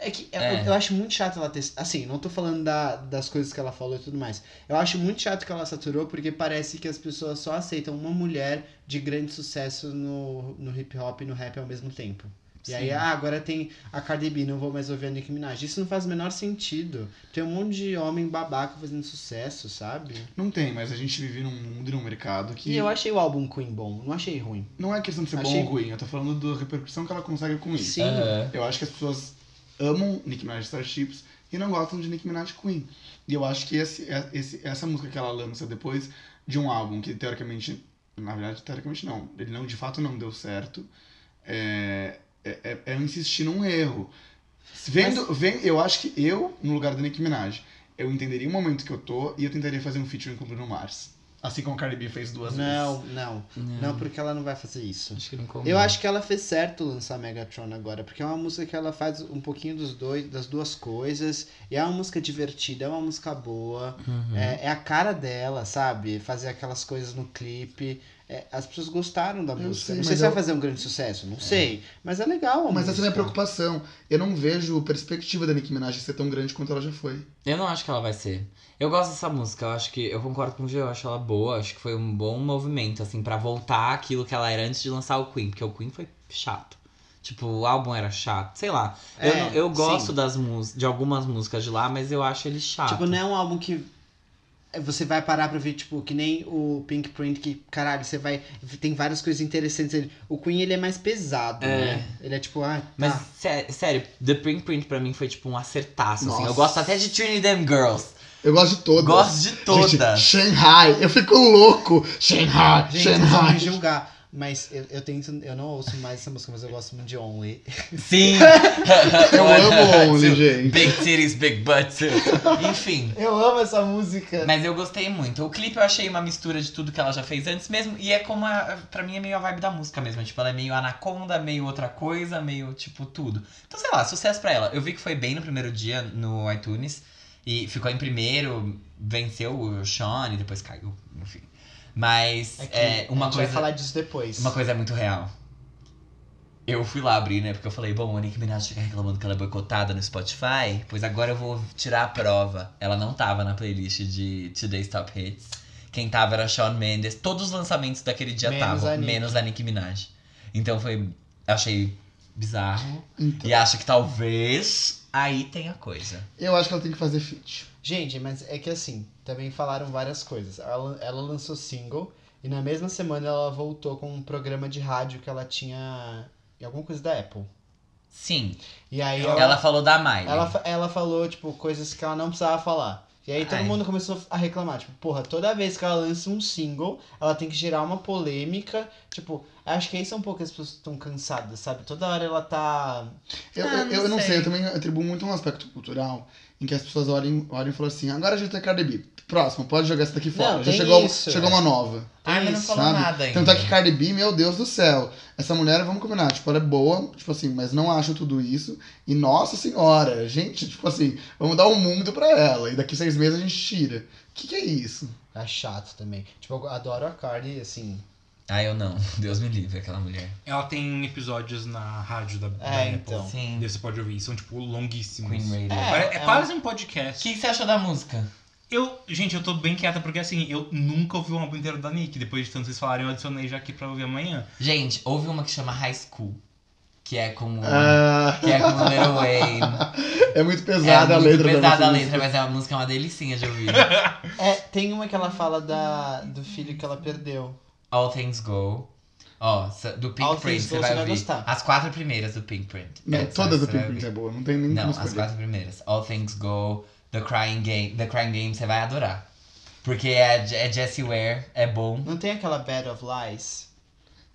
É que eu-
É.
Eu, acho muito chato ela ter. Assim, não tô falando da- das coisas que ela falou e tudo mais. Eu acho muito chato que ela saturou, porque parece que as pessoas só aceitam uma mulher de grande sucesso no, no hip hop e no rap ao mesmo tempo. E aí,
sim.
ah, agora tem a Cardi B, não vou mais ouvir a Nicki Minaj. Isso não faz o menor sentido. Tem um monte de homem babaca fazendo sucesso, sabe?
Não tem, mas a gente vive num mundo e num mercado que.
E eu achei o álbum Queen bom, não achei ruim.
Não é questão de ser bom
Achei-
ou ruim, eu tô falando da repercussão que ela consegue com isso.
Sim.
Aham.
Eu acho que as pessoas amam Nicki Minaj Starships e não gostam de Nicki Minaj Queen. E eu acho que esse, é- esse- essa música que ela lança depois de um álbum que teoricamente. Na verdade, teoricamente não. Ele não, de fato não deu certo. É, é, é, é eu insistir num erro. Vendo, vem, eu acho que eu, no lugar da Nicki Minaj, eu entenderia o momento que eu tô e eu tentaria fazer um featuring com o Bruno Mars. Assim como o Cardi B fez duas vezes.
Não, não, não, porque ela não vai fazer isso.
Acho que não combina.
Eu acho que ela fez certo lançar Megatron agora, porque é uma música que ela faz um pouquinho dos dois, das duas coisas. E é uma música divertida, é uma música boa.
Uhum.
É, é a cara dela, sabe? Fazer aquelas coisas no clipe. É, as pessoas gostaram da
Eu
música.
sei,
não sei
mas
se
eu-
vai fazer um grande sucesso, não sei. Mas é legal a
Mas essa é a
música.
minha preocupação. Eu não vejo perspectiva da Nicki Minaj ser tão grande quanto ela já foi.
Eu não acho que ela vai ser. Eu gosto dessa música, eu acho que. Eu concordo com o Gio, eu acho ela boa, acho que foi um bom movimento, assim, pra voltar aquilo que ela era antes de lançar o Queen, porque o Queen foi chato. Tipo, o álbum era chato, sei lá. eu,
É,
não- eu
sim.
gosto das mus- de algumas músicas de lá, mas eu acho ele chato.
Tipo, não é um álbum que você vai parar pra ver, tipo, que nem o Pink Print, que, caralho, você vai. Tem várias coisas interessantes. ali. O Queen, ele é mais pesado,
É.
né? Ele é tipo, ah, tá.
Mas, sé- sério, The Print Print pra mim foi tipo um acertaço, assim.
Nossa.
Eu gosto até de Trinity Them Girls.
Eu gosto de todas.
Gosto de todas.
Gente, Shanghai. Eu fico louco. Shanghai,
Gente, vocês vão
Shanghai.
me julgar. Mas eu, eu tento, eu não ouço mais essa música, mas eu gosto muito de Only.
Sim! é
Eu amo Only,
Two.
gente.
Big titties, big butt. too. Enfim.
Eu amo essa música.
Mas eu gostei muito. O clipe eu achei uma mistura de tudo que ela já fez antes mesmo. E é como. A, pra mim é meio a vibe da música mesmo. Tipo, ela é meio anaconda, meio outra coisa, meio tipo tudo. Então, sei lá, sucesso pra ela. Eu vi que foi bem no primeiro dia no iTunes. E ficou em primeiro, venceu o Sean e depois caiu, enfim. Mas
É que
é,
a
uma
gente
coisa.
vai falar disso depois.
Uma coisa é muito real. Eu fui lá abrir, né? Porque eu falei, bom, a Nicki Minaj fica reclamando que ela é boicotada no Spotify, pois agora eu vou tirar a prova. Ela não tava na playlist de Today's Top Hits. Quem tava era Shawn Mendes. Todos os lançamentos daquele dia
Menos
estavam,
a Nicki.
menos a Nicki Minaj. Então foi. Achei bizarro.
Então,
E acho que talvez aí tenha coisa.
eu acho que ela tem que fazer feat.
Gente, mas é que assim, também falaram várias coisas. Ela, ela lançou single e na mesma semana ela voltou com um programa de rádio que ela tinha. em alguma coisa da Apple.
Sim,
E aí
ela,
ela,
falou da Miley.
ela, fa- ela falou, tipo, coisas que ela não precisava falar. E aí todo
Ai.
mundo começou a reclamar, tipo, porra, toda vez que ela lança um single, ela tem que gerar uma polêmica. Tipo, acho que aí são poucas pessoas que estão cansadas, sabe? Toda hora ela tá.
Eu,
Ah,
eu-
não
eu, não sei.
sei.
eu também atribuo muito um aspecto cultural em que as pessoas olhem, olhem e falam assim, agora já tem Cardi B. Próximo, pode jogar essa daqui fora.
Não,
já
tem
chegou,
isso,
chegou
é.
uma nova.
Ai, mas não
Isso,
falou
sabe?
nada ainda.
Tanto é que Cardi B, meu Deus do céu. Essa mulher, vamos combinar, tipo, ela é boa, tipo assim, mas não acho tudo isso. E nossa senhora, gente, tipo assim, vamos dar um mundo pra ela. E daqui seis meses a gente tira. O que, que é isso?
É chato também. Tipo, eu adoro a Cardi, assim.
Ah, eu não. Deus me livre, aquela mulher.
Ela tem episódios na rádio da, da
É,
Apple.
então.
Sim.
E Você pode ouvir, são tipo longuíssimos.
Queen Radio.
É.
É, é
um-
quase um
O
podcast.
que que você achou da música?
Eu, gente, eu tô bem quieta porque assim, eu nunca ouvi um álbum inteiro da Nick. Depois de tanto vocês falarem, eu adicionei já aqui pra ouvir amanhã.
Gente, houve uma que chama High School. Que é com. o-
Ah,
Que é com o Lil Wayne.
é muito pesada
é
a
muito
letra
pesada
da nossa
a
música.
letra, mas é uma música é uma delicinha de ouvir.
É, tem uma que ela fala da, do filho que ela perdeu.
All Things Go. Ó, sa- do Pink
All
Print,
Things
você
Go,
vai
você vai
ouvir.
gostar.
As quatro primeiras do Pink Print.
Não,
Essa
todas
você
do
vai
Pink Print é
ouvir.
boa, não tem nem
Não,
como
as
escolher.
quatro primeiras. All Things Go, The Crying Game. The Crying Game você vai adorar. Porque é, é Jessie Ware, é bom.
Não tem aquela Bad of Lies?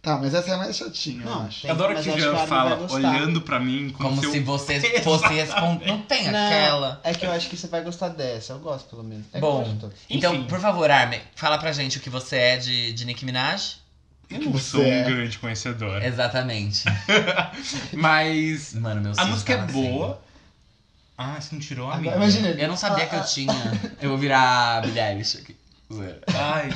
Tá, mas essa é a mais chatinha, eu
Não,
acho.
Tem,
eu adoro
mas
que o
acho que
Jean
ela não
fala
vai gostar.
olhando pra mim como,
Como
se eu
se você fosse responder. Não tem aquela.
É que eu acho que você vai gostar dessa. Eu gosto, pelo menos. É que
Bom.
eu gosto de todas.
Então,
Enfim.
por favor, Armin, fala pra gente o que você é de, de Nicki Minaj.
Eu não
Você
sou um
é.
grande conhecedor.
Exatamente.
Mas
Mano, meu
a
sim
música é
fala assim.
boa. Ah, você não tirou a minha.
Agora, imagina ele.
Eu não sabia que eu tinha. Eu vou virar Billie Eilish aqui. Zoeira.
Ai,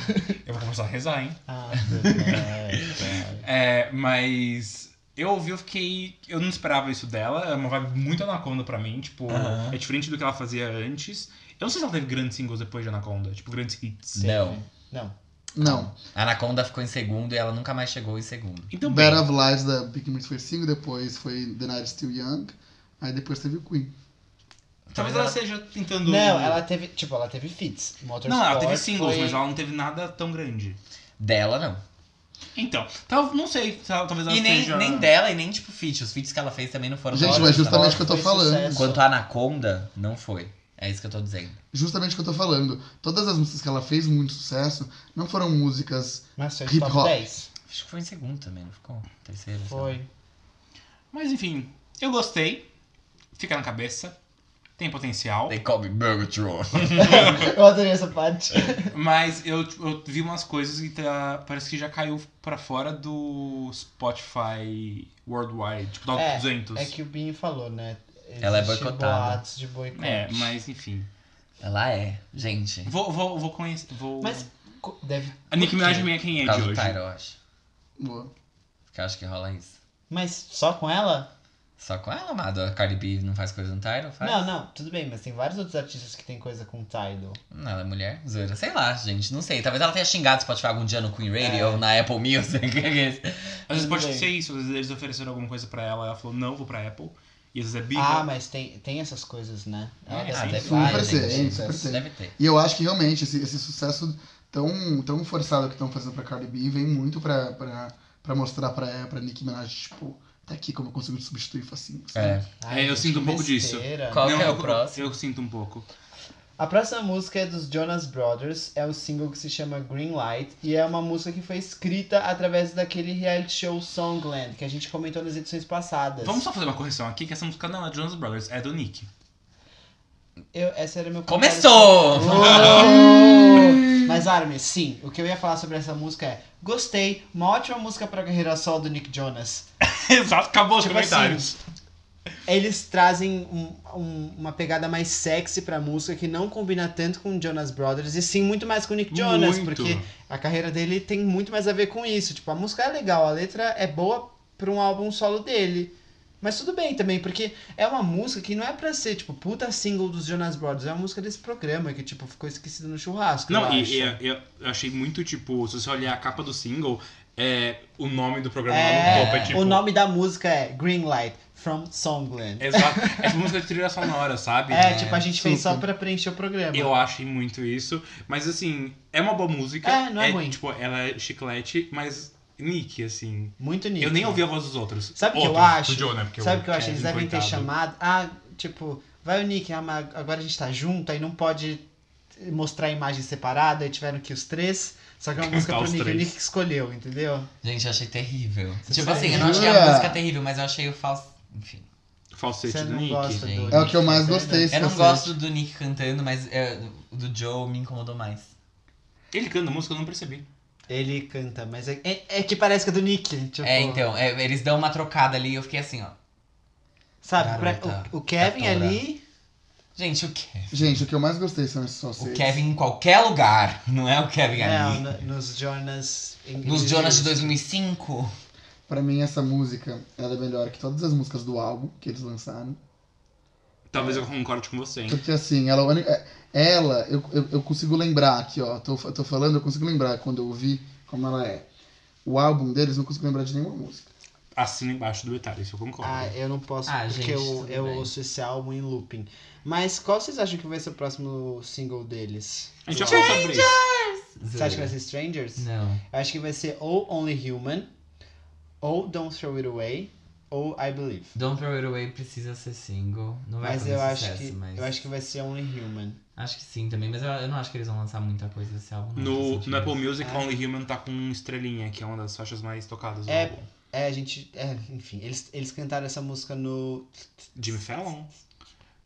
eu vou começar a rezar, hein?
Ah, verdade.
É, mas eu ouvi, eu fiquei. Eu não esperava isso dela. É uma vibe muito anaconda pra mim. Tipo,
Aham.
é diferente do que ela fazia antes. Eu não sei se ela teve grandes singles depois de Anaconda, tipo, grandes hits.
Não.
não.
Não.
A Anaconda ficou em segundo e ela nunca mais chegou em segundo.
Então, bem,
Better of Lives da Big Mix foi 5, depois foi The Night is Still Young, aí depois teve o Queen.
talvez ela esteja tentando.
Não, ela teve. Tipo, ela teve fits. Motorsport
Não, ela teve singles,
foi...
mas ela não teve nada tão grande.
Dela não.
Então, tal, não sei, tal- talvez ela
E nem,
seja...
nem dela e nem tipo feat. Os feats que ela fez também não foram
Gente,
tão
mas
ótimos, tá bom?
justamente o que eu tô
Foi
falando. tá
sucesso.
Quanto a Anaconda, não foi. É isso que eu tô dizendo.
Justamente o que eu tô falando. Todas as músicas que ela fez muito sucesso não foram músicas.
Mas foi
Hip
top
hop.
10.
Acho que foi em segundo também, não ficou? Terceiro? sei lá.
Foi.
Mas enfim, eu gostei. Fica na cabeça. Tem potencial.
They call me Burgertron.
Eu adorei essa parte.
Mas eu, eu vi umas coisas e tá- parece que já caiu pra fora do Spotify Worldwide, tipo, top
É,
200.
É que o Binho falou, né?
Ela é
Existe
boicotada.
boatos de boicote.
É, mas enfim.
Ela é. Gente.
Vou, vou, vou conhecer. Vou...
Mas co- deve.
A Nick
por quê?
Minaj é quem
Por
é de
causa do
hoje.
Tyro, eu acho.
Boa.
Porque eu acho que rola isso.
Mas só com ela?
Só com ela, amado. A Cardi B não faz coisa no Tyro? Faz?
Não, não, tudo bem, mas tem vários outros artistas que tem coisa com o Tidal.
Não, ela é mulher? Zoeira. Sei lá, gente. Não sei. Talvez ela tenha xingado o Spotify algum dia no Queen Radio
É.
ou na Apple Music. é
Às vezes pode
Tudo bem.
ser isso, às vezes eles ofereceram alguma coisa pra ela, ela falou, não, vou pra Apple. E às vezes é bica.
Ah, mas tem, tem essas coisas, né? Ela
É,
deve
ah,
ter
deve-
várias,
super
deve
tem,
ter
super
essas.
tem.
Deve ter.
E eu acho que realmente esse, esse sucesso tão, tão forçado que estão fazendo pra Cardi B vem muito pra, pra, pra mostrar pra, pra Nicki Minaj, tipo, tá aqui como eu consigo te assim. substituir facinho. sabe?
É.
É, eu sinto um pouco disso.
besteira.
Qual
Não,
que é
eu-
o próximo?
Eu sinto um pouco.
A próxima música é dos Jonas Brothers, é o single que se chama Green Light e é uma música que foi escrita através daquele reality show Songland que a gente comentou nas edições passadas.
Vamos só fazer uma correção aqui, que essa música não é Jonas Brothers, é do Nick.
Eu, essa era meu
Começou!
Uou! Mas Armin, sim, o que eu ia falar sobre essa música é Gostei, uma ótima música pra carreira solo do Nick Jonas.
Exato, acabou os
Tipo
comentários.
Eles trazem um- um- uma pegada mais sexy pra música que não combina tanto com Jonas Brothers e sim muito mais com Nick Jonas,
Muito.
porque a carreira dele tem muito mais a ver com isso. Tipo, a música é legal, a letra é boa pra um álbum solo dele. Mas tudo bem também, porque é uma música que não é pra ser, tipo, puta single dos Jonas Brothers, é uma música desse programa que, tipo, ficou esquecida no churrasco.
Não,
eu
e é,
acho.
e eu, eu achei muito, tipo, se você olhar a capa do single, é o nome do programa lá
É,
no topo. É tipo.
O nome da música é Green Light, from Songland.
Exato. É tipo música de trilha sonora, sabe?
É, tipo, é a gente fez
super.
só pra preencher o programa.
Eu achei muito isso. Mas assim, é uma boa música.
É, não é ruim.
Tipo, ela é chiclete, mas Nick, assim.
Muito nítido.
Eu nem ouvi a voz dos outros.
Sabe o que eu
Outros,
acho?
Do Joe, né? Porque
Sabe o que eu acho?
Kevin,
Eles devem ter
coitado.
chamado. Ah, tipo, vai o Nick, ah, mas agora a gente tá junto, aí não pode mostrar a imagem separada, aí tiveram que os três. Só que é uma música
Cantar
pro
os
Nick, o
três.
Nick que escolheu, entendeu?
Gente, eu achei terrível. tipo
sabe?
assim, eu não achei a
Jura?
música terrível, mas eu achei o falso. Enfim.
Falsete
Você
do
não
Nick.
gosta
gente.
do
É o que eu mais
Nick,
gostei.
né?
Eu não
falsete.
gosto do Nick cantando, mas é, o do Joe me incomodou mais.
Ele canta música, eu não percebi.
Ele canta, mas é, é- é que parece que é do Nick. Tipo,
É, então, é, eles dão uma trocada ali e eu fiquei assim, ó.
Sabe, pra-
Garota,
o, o Kevin
cantora.
ali.
Gente, o Kevin.
Gente, o que eu mais gostei são esses
O
sauceiros.
Kevin em qualquer lugar, não é o Kevin
Não,
ali.
né, no- nos Jonas.
Nos Jonas de 2005.
Pra mim, essa música, ela é melhor que todas as músicas do álbum que eles lançaram.
Talvez eu concorde com você, hein?
Porque assim, ela, ela eu, eu, eu consigo lembrar aqui, ó. Tô, tô falando, eu consigo lembrar quando eu ouvi como ela é. O álbum deles, não consigo lembrar de nenhuma música.
Assina embaixo do detalhe, isso eu concordo.
Ah, eu não posso,
Ah,
porque
gente,
eu,
tudo
eu
bem.
ouço esse álbum em looping. Mas qual vocês acham que vai ser o próximo single deles?
a gente já falou sobre isso.
Você acha que vai ser Strangers?
Não.
Eu acho que vai ser ou Only Human, ou Don't Throw It Away, ou I Believe.
Don't Throw It Away precisa ser single. Não vai
Mas
fazer
eu acho,
sucesso,
que,
mas...
eu acho que vai ser Only Human.
Acho que sim também, mas eu, eu não acho que eles vão lançar muita coisa desse álbum. não, faz
No,
sentido.
no Apple Music,
Ah.
Only Human tá com estrelinha, que é uma das faixas mais tocadas do
É.
álbum.
É, a gente. É, enfim, eles, eles cantaram essa música no
Jimmy Fallon,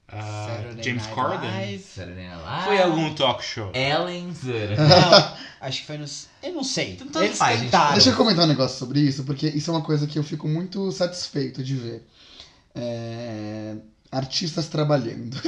ah,
Saturday
James
Night
Corden.
Live.
Saturday Night Live.
Foi algum talk show.
Ellen Zera.
Não, acho que foi no. Eu não sei.
Então Tanto
eles
faz, gente.
cantaram.
Deixa eu comentar um negócio sobre isso, porque isso é uma coisa que eu fico muito satisfeito de ver. É, Artistas trabalhando.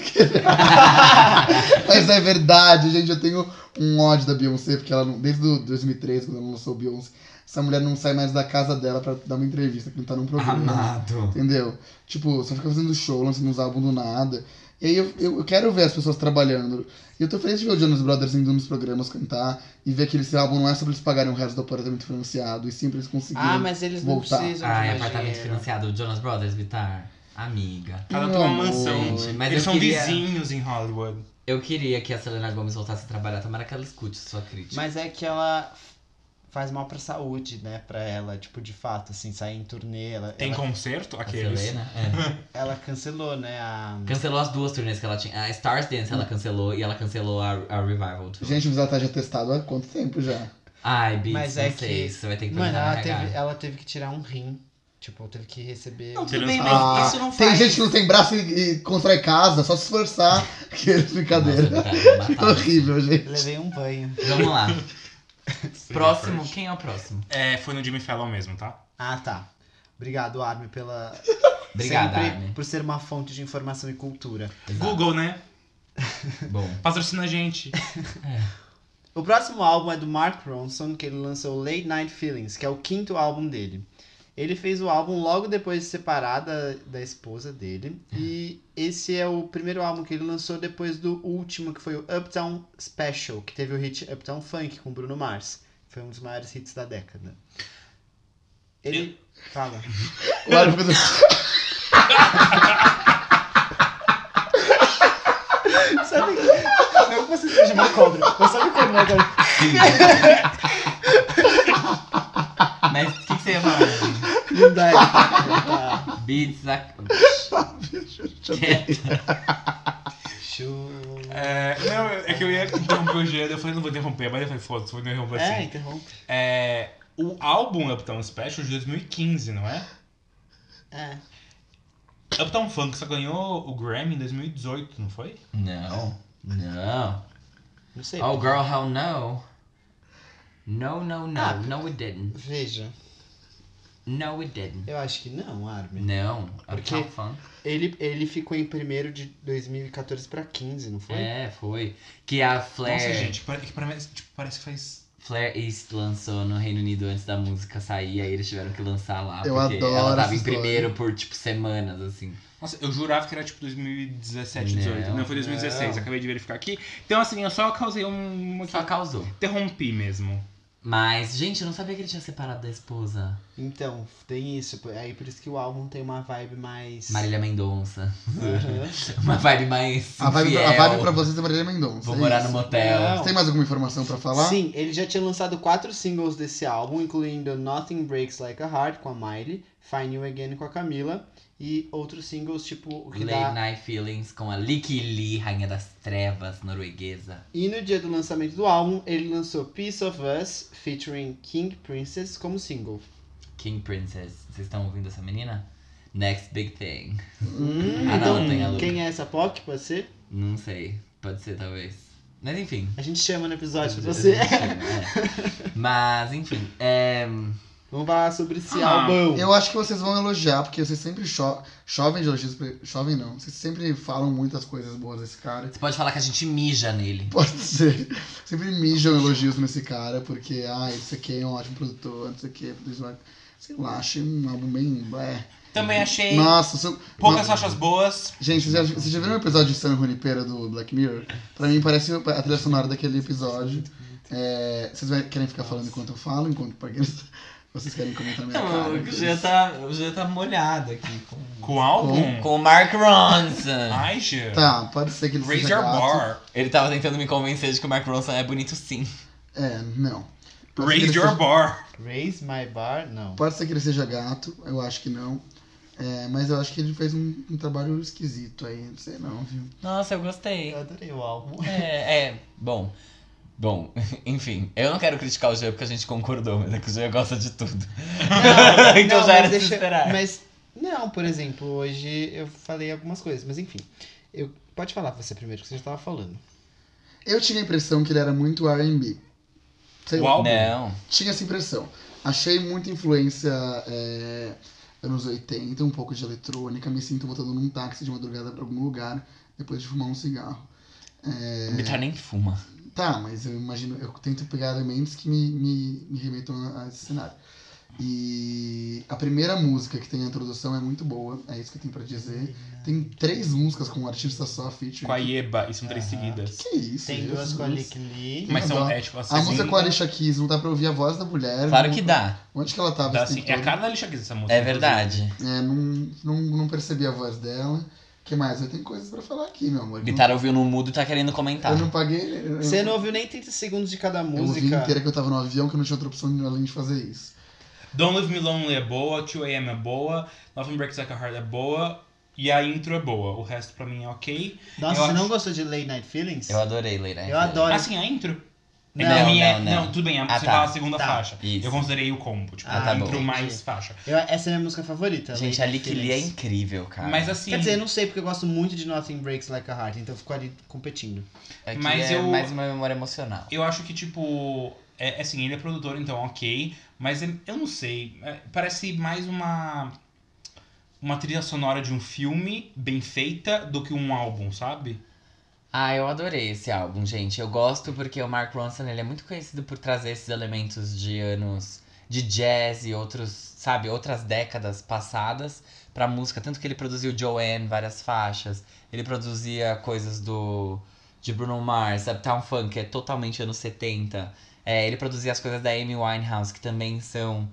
Mas é verdade, gente. Eu tenho um ódio da Beyoncé, porque ela não, desde o 2013, quando ela lançou Beyoncé, essa mulher não sai mais da casa dela pra dar uma entrevista, que não tá num programa.
Amado.
Entendeu? Tipo, só fica fazendo show, lançando uns álbuns do nada. E aí eu, eu, eu quero ver as pessoas trabalhando. E eu tô feliz de ver o Jonas Brothers indo nos programas cantar e ver que esse álbum não é sobre eles pagarem o resto do apartamento financiado, e sim pra eles conseguirem.
Ah, mas eles não
Voltar.
precisam. de
Ai,
mais
Ah, é apartamento
dinheiro.
financiado. Jonas Brothers, Vitar. Amiga.
É.
Cada um
Meu
tem uma
amor.
mansão.
Gente, mas eu
Eles são
queria-
vizinhos em Hollywood.
Eu queria que a Selena Gomes voltasse a trabalhar. Tomara que ela escute sua crítica.
Mas é que ela faz mal pra saúde, né? Pra ela, tipo, de fato, assim, sair em turnê. Ela,
Tem
ela,
concerto?
A
Aqueles.
Selena? É.
ela cancelou, né? A...
Cancelou as duas turnês que ela tinha. A Stars Dance ela cancelou e ela cancelou a, a Revival Tour.
Gente, mas ela tá já testado há quanto tempo já?
Ai, Bix,
Mas
não
é
sei.
que-
Você vai ter que
Mano,
perguntar
ela
na RH.
teve, ela teve que tirar um rim. Tipo, teve que receber.
Não, tudo
Tirando
bem,
essa-
mas
Ah,
isso não
tem
faz...
gente que não tem braço e, e constrói casa, só se esforçar. Que brincadeira.
Nossa, Vitar, eu vou matar.
Horrível, gente.
Levei um banho.
Vamos lá.
Sim,
Próximo,
first.
quem é o próximo?
É, foi no Jimmy Fallon mesmo, tá?
Ah, tá. Obrigado, Armin, pela.
Obrigada,
sempre
Armin.
Por ser uma fonte de informação e cultura.
Exato.
Google, né?
Bom.
Patrocina a gente.
O próximo álbum é do Mark Ronson, que ele lançou Late Night Feelings, que é o quinto álbum dele. Ele fez o álbum logo depois de separar da, da esposa dele. E esse é o primeiro álbum que ele lançou depois do último, que foi o Uptown Special, que teve o hit Uptown Funk com Bruno Mars. Foi um dos maiores hits da década. Ele. Fala.
Claro, fica
Sabe. Não é que você seja uma cobra, mas sabe como é que
Mas o que, que você ia falar? Armin?
Não dá. Tá.
Beats, a...
assim.
Quieto.
Chu-
É, não, ia interromper o Jean, eu falei, não vou interromper, mas eu falei, foda-se, vou interromper
É,
assim.
interrompe.
É, o álbum Uptown Special de 2015, não é?
É.
Uptown Funk só ganhou o Grammy em 2018, não foi?
Não, não.
Não sei.
Oh, girl, hell no. No, no, no.
Ah.
No, it didn't.
Veja,
No, it didn't.
eu acho que não, Armin.
Não.
Porque-
Uptown Funk.
Ele, ele ficou em primeiro de 2014 pra 15, não foi?
É, foi. Que a Flair,
Nossa, gente, pare- que pra mim, tipo, parece que faz...
Flair East lançou no Reino Unido antes da música sair, aí eles tiveram que lançar lá.
Eu
porque
adoro
ela tava
essa
em
história.
primeiro por, tipo, semanas, assim.
Nossa, eu jurava que era tipo 2017, 2018.
Não,
Não, foi 2016,
não.
acabei de verificar aqui. Então, assim, eu só causei um... uma-
Só causou.
Interrompi mesmo.
Mas, gente, eu não sabia que ele tinha separado da esposa.
Então, tem isso. por- Aí por isso que o álbum tem uma vibe mais.
Marília Mendonça.
Aham.
Uma vibe mais.
A vibe, a
fiel.
vibe pra vocês é Marília Mendonça.
Vou
é
morar
isso.
no motel.
Não.
Tem mais alguma informação pra falar?
Sim, ele já tinha lançado quatro singles desse álbum, incluindo Nothing Breaks Like a Heart com a Miley, Find You Again com a Camila e outros singles tipo o que dá.
Late Night Feelings com a Licky Lee, rainha das trevas norueguesa.
E no dia do lançamento do álbum, ele lançou Piece of Us featuring King Princess como single.
King Princess. Vocês estão ouvindo essa menina? Next Big Thing.
Hum,
Ah, não,
então,
tem a Lu.
quem é essa POC? Pode ser?
Não sei. Pode ser, talvez. Mas enfim.
A gente chama no episódio pra você.
É. Mas, enfim. É...
Vamos falar sobre esse
Ah,
álbum.
Eu acho que vocês vão elogiar, porque vocês sempre cho chovem de elogios. pra- Chovem não. Vocês sempre falam muitas coisas boas desse cara.
Você pode falar que a gente mija nele.
Pode ser. Sempre mijam elogios nesse cara, porque, ah, esse aqui é um ótimo produtor, não sei o que, produtor. Sei lá, achei um álbum bem. blé.
Também
É.
achei
Nossa, sou...
Uhum. poucas
Nossa.
faixas boas.
Gente, vocês já, vocês já viram o episódio de San Junipero do Black Mirror? Pra mim parece a trilha sonora daquele episódio. É, vocês vai- querem ficar falando enquanto eu falo, enquanto pra quem- vocês querem comentar minha cara?
o Jean tá, o Jean tá molhado aqui com,
Com o álbum?
com o Mark Ronson.
Ai, Jean.
Tá, pode ser que ele
Raise
seja
your
gato.
bar.
Ah. Ele tava tentando me convencer de que o Mark Ronson é bonito sim.
É, não.
Tá.
Pode ser que ele
Raise your
seja-
bar.
Raise My Bar? Não.
Pode ser que ele seja gato, eu acho que não. É, mas eu acho que ele fez um, um trabalho esquisito aí, não sei não, viu?
Nossa, eu gostei.
Eu adorei o álbum.
É, é, bom. Bom, enfim, eu não quero criticar o Jean porque a gente concordou, mas é que o Jean gosta de tudo. então já
mas
era de se
deixa-
esperar.
Mas, não, por exemplo, hoje eu falei algumas coisas, mas enfim. Eu, pode falar você primeiro, que você já tava falando.
Eu tinha a impressão que ele era muito R&B. Sei lá.
Uau. álbum?
Não.
tinha essa impressão. Achei muita influência é, anos 80, um pouco de eletrônica. Me sinto voltando num táxi de madrugada pra algum lugar depois de fumar um cigarro.
O Bitar nem fuma.
Tá, mas eu imagino, eu tento pegar elementos que me, me, me remetam a a esse cenário. E a primeira música que tem a introdução é muito boa, é isso que eu tenho pra dizer. Tem três músicas com um artista só, featuring.
Com a Yeba, e são três seguidas.
Que isso,
Tem duas
Jesus.
com a Lick Lee.
Mas são,
Adoro.
é tipo a
A música com a
segunda
Alicia Keys, não dá pra ouvir a voz da mulher.
Claro
não-
que dá.
Onde que ela tava
da-
esse
assim,
tempo
É a
todo?
cara da Alicia Keys essa música.
É verdade.
É, não, não, não percebi a voz dela. que mais? Eu tenho coisas pra falar aqui, meu amor.
Bitar ouviu no mudo e tá querendo comentar.
Eu não paguei. eu-
Você não ouviu nem 30 segundos de cada
Eu ouvi
música.
inteira que eu tava no avião, que eu não tinha outra opção além de fazer isso.
inclusive. Don't Leave Me Lonely é boa, 2AM é boa, Nothing Breaks Like a Heart é boa, e a intro é boa. O resto pra mim é ok.
Nossa,
Eu
você não
acho-
gostou de Late Night Feelings?
Eu adorei, Leira.
Eu adoro.
Assim, a intro.
Não,
pra mim é.
não, não.
tudo bem, a,
Ah,
você
tá.
fala a segunda
Tá.
faixa.
Isso.
Eu considerei o combo, tipo,
Ah,
a
tá
intro
bom.
mais faixa.
Eu- essa é a minha música favorita.
Gente, a
Late Night
Lick Lee é
Feelings.
incrível, cara.
Mas assim.
Quer dizer, eu não sei, porque eu gosto muito de Nothing Breaks Like a Heart, então eu fico ali competindo.
É que
mas
é
eu-
mais uma memória emocional.
Eu acho que, tipo, é, assim, ele é produtor, então ok. Mas é- eu não sei. é, parece mais uma. Uma trilha sonora de um filme bem feita do que um álbum, sabe?
Ah, eu adorei esse álbum, gente. Eu gosto porque o Mark Ronson, ele é muito conhecido por trazer esses elementos de anos de jazz e outros, sabe, outras décadas passadas pra música, tanto que ele produziu Joanne, várias faixas. Ele produzia coisas do de Bruno Mars, Uptown Funk, que é totalmente anos 70. É, ele produzia as coisas da Amy Winehouse, que também são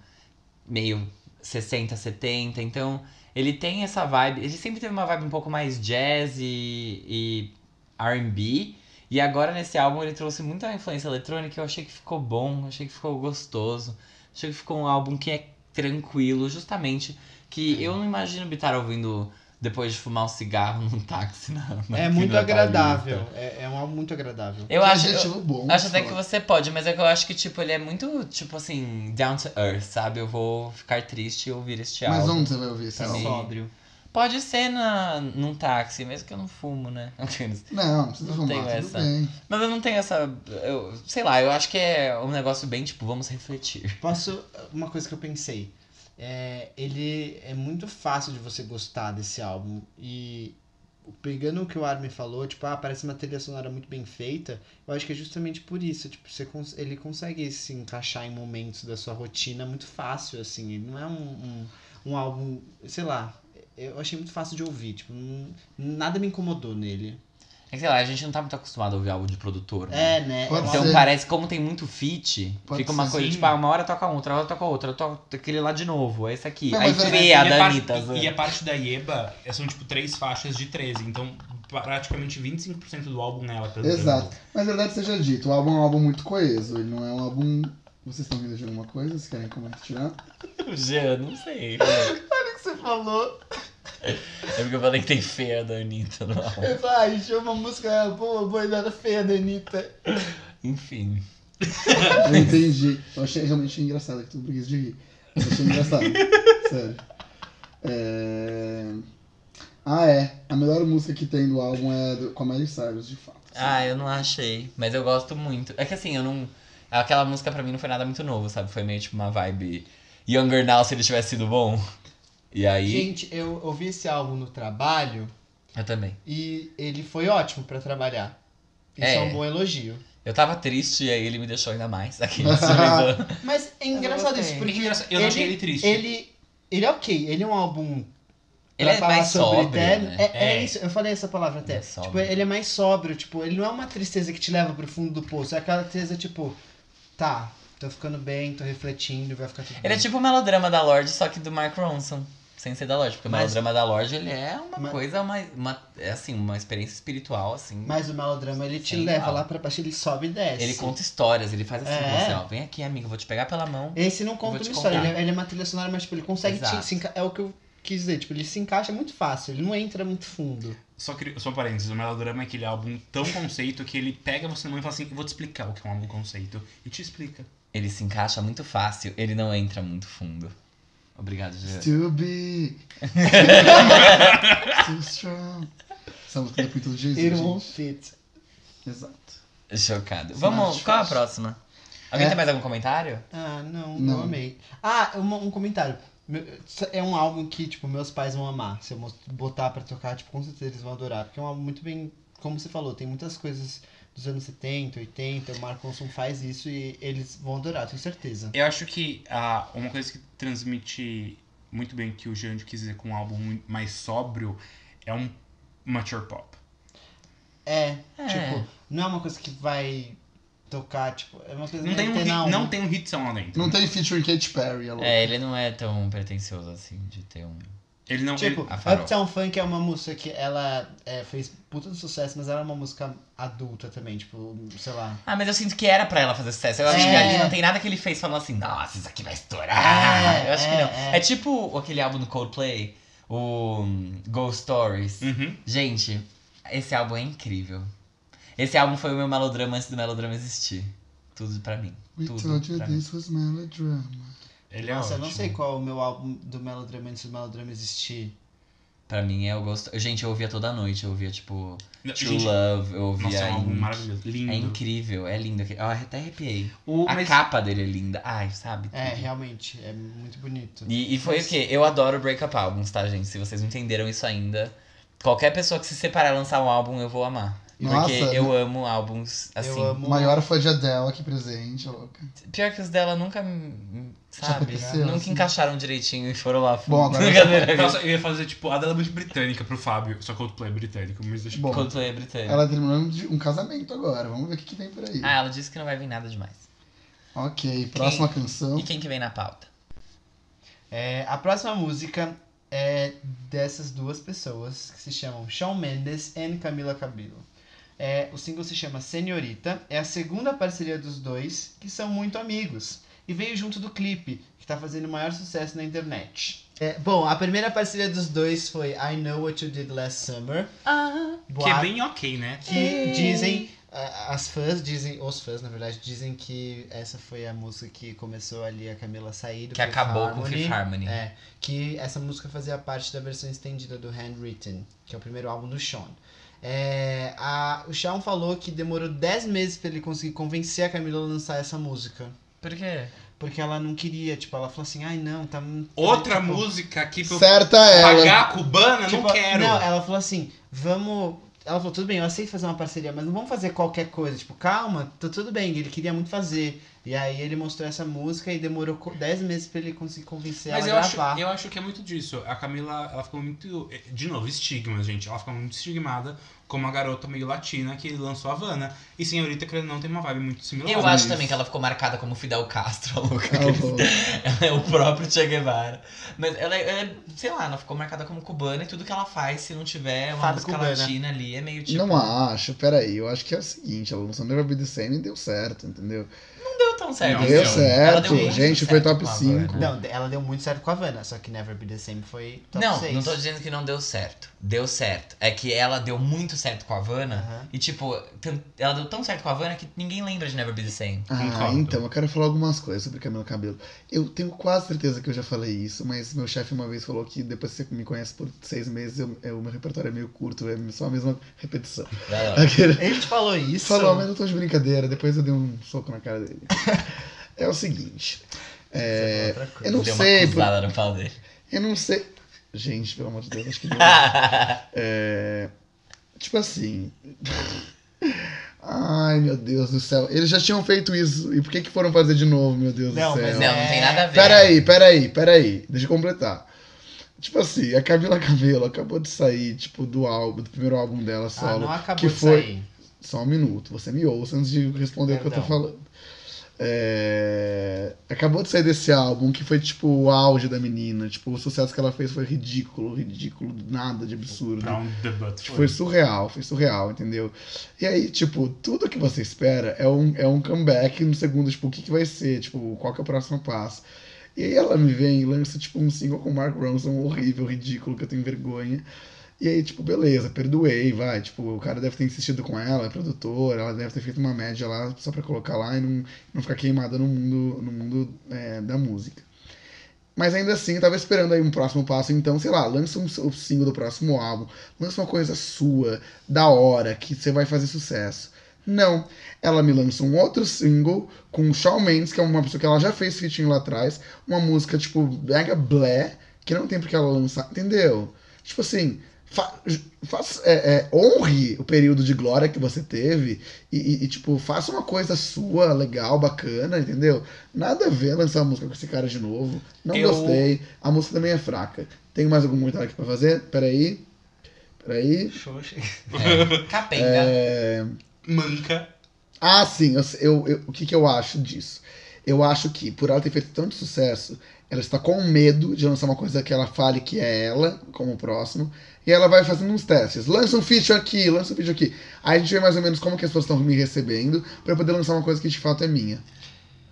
meio 60, 70. Então, ele tem essa vibe. Ele sempre teve uma vibe um pouco mais jazz e- e R&B. E agora nesse álbum ele trouxe muita influência eletrônica, eu achei que ficou bom, achei que ficou gostoso. Achei que ficou um álbum que é tranquilo, justamente que eu não imagino Bitar ouvindo depois de fumar um cigarro num táxi na, na
É
Vila
muito
Paulista.
agradável. É, é um álbum muito agradável.
Eu acho, eu
Adjetivo bom.
acho até
só.
que você pode, mas é que eu acho que, tipo, ele é muito, tipo assim, down to earth, sabe? Eu vou ficar triste e ouvir este álbum.
Mas onde você vai ouvir esse
Pra
álbum?
mim.
Sóbrio.
Pode ser na, num táxi, mesmo que eu não fumo, né?
Não, não precisa
Não
fumar,
tenho
tudo
essa.
bem.
Mas eu não tenho essa. Eu, sei lá, eu acho que é um negócio bem tipo, vamos refletir.
Posso. Uma coisa que eu pensei. É, ele é muito fácil de você gostar desse álbum. E pegando o que o Armin falou, tipo, ah, parece uma trilha sonora muito bem feita. Eu acho que é justamente por isso. Tipo, você cons- ele consegue se encaixar em momentos da sua rotina muito fácil, assim. Ele não é um, um, um álbum, sei lá. Eu achei muito fácil de ouvir. Tipo, não- nada me incomodou nele.
É que, sei lá, a gente não tá muito acostumado a ouvir álbum de produtor. né?
É, né?
Pode
é um
Então
ser.
parece, como tem muito feat,
Pode
fica uma
ser,
coisa,
sim.
tipo, ah, uma hora toca outra, outra hora toca outra, toca aquele lá de novo, é esse aqui.
Não,
Aí
mas assim,
vê a né?
e,
da Anitta.
parte,
sabe?
e a parte da Yeba é, são tipo três faixas de 13, então praticamente 25% do álbum é ela cantando.
Exato. Mas na verdade seja dito, o álbum é um álbum muito coeso. Ele não é um álbum. Vocês estão vindo de alguma coisa? Vocês querem compartilhar?
Jean, não sei.
É.
que você falou.
É porque eu falei que tem feia da Anitta no álbum.
Vai, "Ah, chama uma música boa, boa e nada feia da Anitta.
Enfim.
Eu entendi. Eu achei realmente engraçado, que tu preguiça de rir. Eu achei engraçado. Sério. É... Ah, é. A melhor música que tem do álbum é do... com a Miley Cyrus, de fato.
Ah, eu não achei. Mas eu gosto muito. É que assim, eu não. Aquela música pra mim não foi nada muito novo, sabe? Foi meio tipo uma vibe. Younger Now se ele tivesse sido bom. E aí.
Gente, eu ouvi esse álbum no trabalho
Eu também.
e ele foi ótimo pra trabalhar. Isso é.
É.
um bom elogio.
Eu tava triste e aí ele me deixou ainda mais. Aqui sorriso.
Mas é engraçado isso,
gostei.
É
porque
engraçado, eu não achei ele triste.
ele, ele é ok, ele é um álbum
Ele
pra
é
falar
mais
sobre
sóbrio,
eterno.
né?
É, é
É.
isso, eu falei essa palavra até.
Ele é
tipo,
sóbrio.
ele é mais sóbrio, tipo, ele não é uma tristeza que te leva pro fundo do poço, é aquela tristeza tipo, tá, tô ficando bem, tô refletindo, vai ficar tudo
Ele é
bem.
tipo o melodrama da Lorde, só que do Mark Ronson. Sem ser da Lorde. Porque o
Mas-
melodrama da Lorde, ele é uma
Mas-
coisa, uma, uma- É assim, uma experiência espiritual, assim.
Mas o melodrama ele te
Sim,
leva
fala.
lá pra baixo, ele sobe e desce.
Ele conta histórias, ele faz assim com
É.
você, ó. Vem aqui, amigo, eu vou te pegar pela mão.
Esse não
Vou
conta
te
uma história,
contar.
ele é, ele é uma trilha sonora, mas tipo, ele consegue te,
Exato.
se enca- É o que eu quis dizer, tipo, ele se encaixa muito fácil, ele não entra muito fundo.
Só, queria, só um parênteses, o Melodrama é aquele álbum tão conceito que ele pega você na mão e fala assim, eu vou te explicar o que é um álbum conceito. E te explica.
Ele se encaixa muito fácil, ele não entra muito fundo. Obrigado, Jean.
Still be. Still strong. Essa música é muito do Jesus.
It won't
Gente.
fit.
Exato.
Chocado.
Sim,
Vamos,
acho
qual é a
fácil.
próxima? Alguém
É.
tem mais algum comentário?
Ah, não,
Não.
não amei. Ah, uma- um comentário. Meu- É um álbum que, tipo, meus pais vão amar. Se eu mos- botar pra tocar, tipo, com certeza eles vão adorar. Porque é um álbum muito bem. Como você falou, tem muitas coisas dos anos 70, 80. O Mark Ronson faz isso e eles vão adorar, tenho certeza.
Eu acho que ah, uma coisa que transmite muito bem o que o Jandio quis dizer com um álbum mui- mais sóbrio é um mature pop.
É,
É.
tipo, não é uma coisa que vai tocar, tipo, é uma coisa
Não
que
tem um,
vai ter na
hit, não
onda.
tem um hitzão lá dentro.
Não tem featuring Katy Perry, é louco.
É, ele não é tão pretencioso assim de ter um.
Ele não...
Tipo,
ele-
a Farol.
Uptown Funk é uma música que ela é, fez puta de sucesso, mas ela é uma música adulta também, tipo, sei lá.
Ah, mas eu sinto que era pra ela fazer sucesso. Eu acho
É.
que ali não tem nada que ele fez falando assim, nossa, isso aqui vai estourar.
É,
eu acho
é,
que não.
é.
É. tipo aquele álbum do Coldplay, o hum, Ghost Stories.
Uhum.
Gente, esse álbum é incrível. Esse álbum foi o meu melodrama antes do melodrama existir. Tudo pra mim.
We
Tudo
told you
pra mim.
this was melodrama.
Ele é
Nossa, eu não
ótimo.
sei qual é o meu álbum do Melodrama antes do Melodrama existir.
Pra mim é o Ghost. Gente, eu ouvia toda noite, eu ouvia tipo
Não,
True
gente,
Love, eu ouvia.
Nossa, é então, um álbum
Ink.
maravilhoso. Lindo.
É incrível, é lindo. aquele- Eu até arrepiei.
O,
A
mas-
capa dele é linda. Ai, sabe?
É,
tudo.
realmente, é muito bonito.
Uhum. E, e foi o quê? Eu adoro breakup albums, tá, gente? Se vocês não entenderam isso ainda. Qualquer pessoa que se separar e lançar um álbum, eu vou amar.
Nossa,
porque eu amo álbuns assim.
eu amo.
Maior foi de Adele aqui presente, é louca.
Pior que os dela nunca, hum, sabe?
aconteceu,
Nunca
assim.
encaixaram direitinho e foram lá.
Bom, agora-
Brincadeira,
Nossa, eu ia fazer tipo a dela é muito britânica pro Fábio, só Coldplay é britânico, mas deixa
Bom,
Coldplay é britânico.
ela terminou de- um casamento agora. Vamos ver o que, que tem por aí.
Ah, ela disse que não vai vir nada demais.
Ok, próxima canção.
E quem que vem na pauta?
É, a próxima música é dessas duas pessoas que se chamam Shawn Mendes e Camila Cabello. É, o single se chama Senhorita, é a segunda parceria dos dois, que são muito amigos. E e veio junto do clipe, que tá fazendo o maior sucesso na internet. É, bom, a primeira parceria dos dois foi I Know What You Did Last Summer. Ah,
Que é bem ok, né?
que dizem ah, as fãs dizem os fãs na verdade dizem que essa foi a música que começou ali a Camila sair do
Que acabou com o Fifth Harmony.
é que essa música fazia parte da versão estendida do Handwritten que é o primeiro álbum do Sean É, a- o Sean falou que demorou 10 meses pra ele conseguir convencer a Camila a lançar essa música
Por quê?
porque ela não queria tipo ela falou assim ai não tá muito-
Outra
tipo,
música aqui pra eu
Certa é ela.
pagar a cubana,
Tipo,
não quero.
Não, ela falou assim, vamos. Ela falou, tudo bem, eu aceito fazer uma parceria, mas não vamos fazer qualquer coisa. Tipo, calma, tá tudo bem, ele queria muito fazer. E aí ele mostrou essa música e demorou co- 10 meses pra ele conseguir convencer
Mas eu
ela a
acho,
gravar.
eu acho que é muito disso. A Camila, ela ficou muito. eh, De novo, estigmas, gente. Ela ficou muito estigmada como uma garota meio latina que lançou a Havana. E senhorita, que não tem uma vibe muito similar.
Eu
né?
acho também que ela ficou marcada como Fidel Castro, a louca.
Ah, horror.
Ela é o próprio Che Guevara. Mas ela, é- ela é, sei lá, ela ficou marcada como cubana e tudo que ela faz, se não tiver uma
Fado
música
cubana.
latina ali, é meio tipo.
Não acho, peraí. Eu acho que é o seguinte, ela lançou Never Be The Same e deu certo, entendeu?
Não deu tão certo.
Não,
deu
não.
Ela
certo,
deu muito
gente, foi
certo
top
com a
5.
Havana.
Não, ela deu muito certo com a Havana, só que Never Be The Same foi top
Não,
6.
não tô dizendo que não deu certo. Deu certo. É que ela deu muito certo com a Havana.
Aham.
E, tipo, tan- ela deu tão certo com a Havana que ninguém lembra de Never Be The Same.
Ah,
Concordo.
então, eu quero falar algumas coisas sobre Camila Cabelo. Eu tenho quase certeza que eu já falei isso, mas meu chefe uma vez falou que depois que você me conhece por seis meses, eu, eu- meu repertório é meio curto, é só a mesma repetição.
Vai lá.
Aquele-
Ele te falou isso?
Falou, né? mas eu tô de brincadeira, depois eu dei um soco na cara dele. é o seguinte, é,
Outra coisa.
eu não
Deu
sei,
uma cruzada no pau dele.
eu não sei... Gente, pelo amor de Deus, acho que não. É, Tipo assim. Ai, meu Deus do céu. Eles já tinham feito isso. E por que, que foram fazer de novo, meu Deus
Não,
do céu?
mas é-
Não, não tem nada a ver.
Peraí, peraí, peraí. Deixa eu completar. Tipo assim, a Camila Cabello acabou de sair, tipo, do álbum, do primeiro álbum dela
Ah,
solo.
não acabou
que
de
foi-
sair.
Só um minuto, você me ouça antes de responder o que eu
Perdão.
tô falando. É, Acabou de sair desse álbum que foi, tipo, o auge da menina. Tipo, o sucesso que ela fez foi ridículo, ridículo, nada de absurdo.
Pra um debut.
Foi surreal, foi surreal, entendeu? E aí, tipo, tudo que você espera é um, é um comeback no segundo, tipo, o que, que vai ser? Tipo, qual que é o próximo passo? E aí ela me vem e lança, tipo, um single com o Mark Ronson horrível, ridículo, que eu tenho vergonha. E aí, tipo, beleza, perdoei, vai. Tipo, o cara deve ter insistido com ela, é produtora, ela deve ter feito uma média lá só pra colocar lá e não, não ficar queimada no mundo, no mundo é, da música. Mas ainda assim, eu tava esperando aí um próximo passo, então, sei lá, lança um, o single do próximo álbum, lança uma coisa sua, da hora, que você vai fazer sucesso. Não, ela me lança um outro single com o Shawn Mendes, que é uma pessoa que ela já fez featuring lá atrás, uma música, tipo, mega blé, que não tem porque ela lançar, entendeu? Tipo assim, fa faça- é, é, honre o período de glória que você teve e, e- e, tipo, faça uma coisa sua, legal, bacana, entendeu? Nada a ver lançar música com esse cara de novo. Não
Eu-
gostei. A música também é fraca. Tem mais algum comentário aqui pra fazer? Peraí. Peraí.
É. Capenga.
É...
Manca.
Ah, sim, eu, eu- eu- o que, que eu acho disso? Eu acho que, por ela ter feito tanto sucesso, ela está com medo de lançar uma coisa que ela fale que é ela, como o próximo, e ela vai fazendo uns testes. Lança um feature aqui, lança um feature aqui. Aí a gente vê mais ou menos como que as pessoas estão me recebendo, pra eu poder lançar uma coisa que de fato é minha.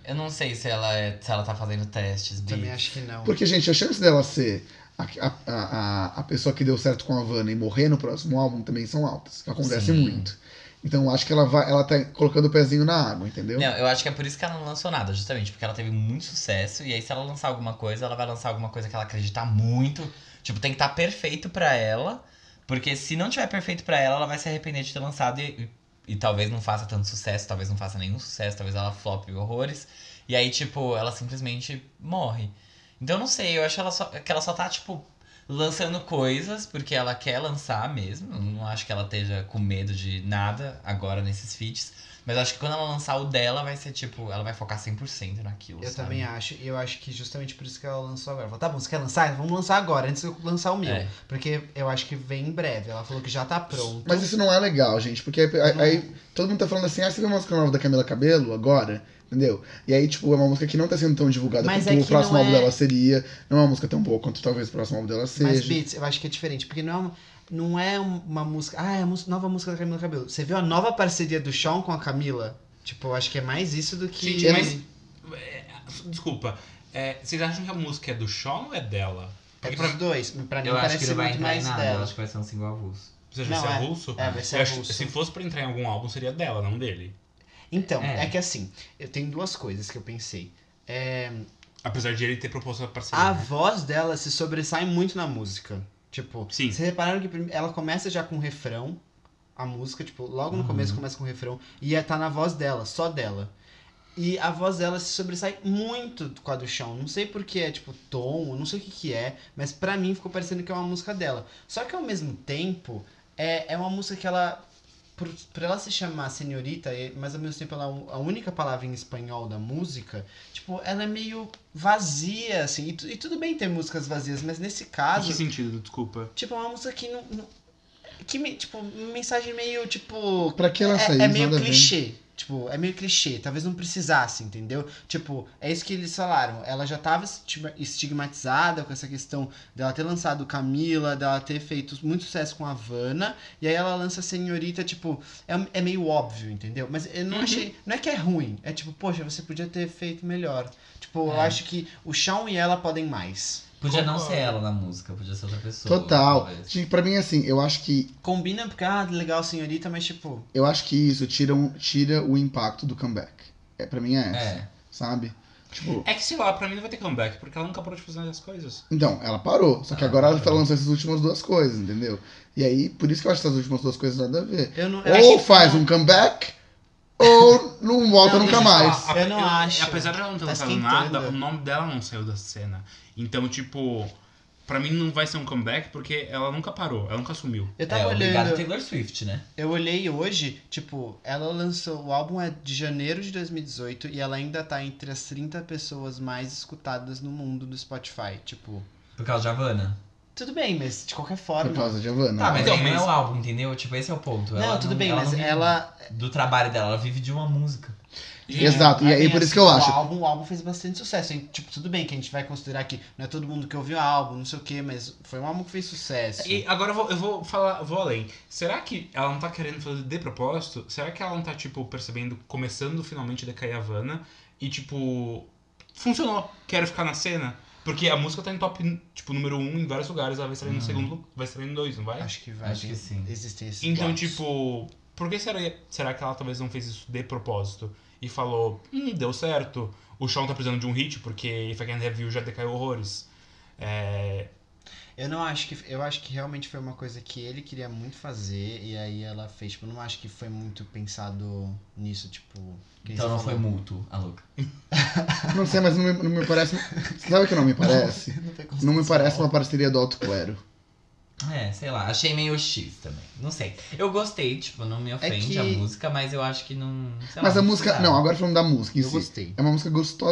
Eu não sei se ela, é- se ela tá fazendo testes, Bi.
Também acho que não.
Porque, gente, a chance dela ser a, a, a, a pessoa que deu certo com a Havana e morrer no próximo álbum também são altas. Acontece
Sim.
muito. Então eu acho que ela vai, ela tá colocando o pezinho na água, entendeu?
Não, eu acho que é por isso que ela não lançou nada, justamente, porque ela teve muito sucesso. E aí, se ela lançar alguma coisa, ela vai lançar alguma coisa que ela acreditar muito. Tipo, tem que estar perfeito pra ela. Porque se não tiver perfeito pra ela, ela vai se arrepender de ter lançado e, e, e talvez não faça tanto sucesso, talvez não faça nenhum sucesso, talvez ela flope horrores. E aí, tipo, ela simplesmente morre. Então eu não sei, eu acho ela só, que ela só tá, tipo, lançando coisas porque ela quer lançar mesmo. Eu Não acho que ela esteja com medo de nada agora nesses feats. Mas acho que quando ela lançar o dela, vai ser tipo, ela vai focar 100% naquilo.
Eu
sabe?
também acho, e eu acho que justamente por isso que ela lançou agora. Ela Falou, tá bom, você quer lançar? Vamos lançar agora, antes de eu lançar o meu.
É.
Porque eu acho que vem em breve. Ela falou que já tá pronto.
Mas isso não é legal, gente, porque aí, aí- aí todo mundo tá falando assim, ah, você viu uma música nova da Camila Cabelo agora? Entendeu? E aí, tipo, é uma música que não tá sendo tão divulgada
Mas
quanto
é
o
que
próximo
não
álbum
é-
dela seria. Não é uma música tão boa quanto talvez o próximo álbum dela
Mas
seja.
Beats, eu acho que é diferente, porque não é uma, não é uma música. Ah, é a mus- nova música da Camila Cabelo. Você viu a nova parceria do Sean com a Camila? Tipo, eu acho que é mais isso do que.
Gente, mas. Desculpa. é, vocês acham que a música é do Sean ou é dela?
É
Porque pra
pros dois. Pra mim
Eu acho
parece
que ele vai
muito
entrar em
mais
nada, eu
dela.
acho que vai ser um single avulso.
Você acha que
Não,
é
é.
russo?
É, vai ser
Eu acho-
avulso.
Se fosse pra entrar em algum álbum, seria dela, não dele.
Então,
É.
é. que assim, eu tenho duas coisas que eu pensei. É,
Apesar de ele ter proposto a parceria.
a
né?
voz dela se sobressai muito na música. Tipo,
Sim.
vocês repararam que prime- ela começa já com refrão, a música, tipo, logo
Uhum.
no começo começa com refrão, e é- tá na voz dela, só dela. E a voz dela se sobressai muito com a do chão. Não sei porque é, tipo, tom, não sei o que que é, mas pra mim ficou parecendo que é uma música dela. Só que ao mesmo tempo, é, é uma música que ela. Por, por ela se chamar senhorita, e- mas ao mesmo tempo ela é um- a única palavra em espanhol da música, tipo, ela é meio vazia, assim. E, tu- e tudo bem ter músicas vazias, mas nesse
Em
caso.
que sentido, desculpa?
Tipo, é uma música que não. não- que, me- tipo, uma mensagem meio, tipo.
Pra que ela saiu?
É, é meio
nada a ver.
clichê. Tipo, é meio clichê. Talvez não precisasse, entendeu? Tipo, é isso que eles falaram. Ela já tava estima- estigmatizada com essa questão dela ter lançado Camila, dela ter feito muito sucesso com a Havana. E aí ela lança Senhorita, tipo, é, é meio óbvio, entendeu? Mas eu não achei. Não é que é ruim. É tipo, poxa, você podia ter feito melhor. Tipo, eu
É.
acho que o Shawn e ela podem mais.
Podia não
Concordo.
ser ela na música, podia ser outra pessoa.
Total.
talvez.
Gente, pra mim, assim, eu acho que
Combina porque, ah, legal, senhorita, mas tipo.
eu acho que isso tira, um- tira o impacto do comeback. É, pra mim é essa,
É.
sabe? Tipo,
É que, sei lá, pra mim não vai ter comeback, porque ela nunca parou de fazer as coisas.
então, ela parou. Só que
Ah,
agora ela tá
parou.
lançando essas últimas duas coisas, entendeu? E aí, por isso que eu acho essas últimas duas coisas nada a ver.
Eu não, eu acho
Ou
que-
faz um comeback, ou não volta
Não,
nunca
isso-
mais.
A- a-
Eu não acho.
Apesar de ela não ter
Tá
lançado
esquentando.
nada, o nome dela não saiu da cena. Então, tipo, pra mim não vai ser um comeback porque ela nunca parou, ela nunca sumiu.
Eu
é,
tava
obrigado
olhando.
Taylor Swift, né?
Eu olhei hoje, tipo, ela lançou. O álbum é de janeiro de 2018 e ela ainda tá entre as 30 pessoas mais escutadas no mundo do Spotify. Tipo,
Por causa de Havana.
tudo bem, mas de qualquer
Por
forma.
causa de Havana.
Tá, mas
Então,
aí não
mas-
é o álbum, entendeu? Tipo, esse é o ponto.
Não,
Ela
tudo bem,
ela
mas
não vive
ela.
Do trabalho dela, ela vive de uma música.
Gente,
Exato, e
ela
aí
tem
por
essa-
isso que eu acho.
O álbum, o álbum fez bastante sucesso. hein? Tipo, tudo bem que a gente vai considerar que não é todo mundo que ouviu o álbum, não sei o quê, mas foi um álbum que fez sucesso.
E agora eu vou, eu vou falar, vou além. Será que ela não tá querendo fazer de propósito? Será que ela não tá, tipo, percebendo, começando finalmente a decair a Havana e, tipo, funcionou, quero ficar na cena? Porque a música tá em top, tipo, número um em vários lugares, ela vai sair no
Hum.
segundo, vai sair no dois, não vai?
Acho que
Ah,
vai.
Acho que sim.
Existem esses
Então,
boatos.
tipo, por que será, será que ela talvez não fez isso de propósito? E falou, hum, deu certo. O Sean tá precisando de um hit, porque If I Can Have You já decaiu horrores. É,
Eu não acho que. Eu acho que realmente foi uma coisa que ele queria muito fazer e aí ela fez. Tipo, eu não acho que foi muito pensado nisso, tipo. que nem
Então
você
não
falou.
foi mútuo, a louca.
Não sei, mas não me, não me parece. Sabe o que não me parece?
Não foi
Não me
consensual.
parece uma parceria do Alto Clero.
É, sei lá, achei meio X também. Não sei. Eu gostei, tipo, não me ofende
que-
a música, mas eu acho que não. sei lá,
É Mas a
não
música.
precisava.
Não, agora falando da música em
Eu
si.
gostei.
É uma música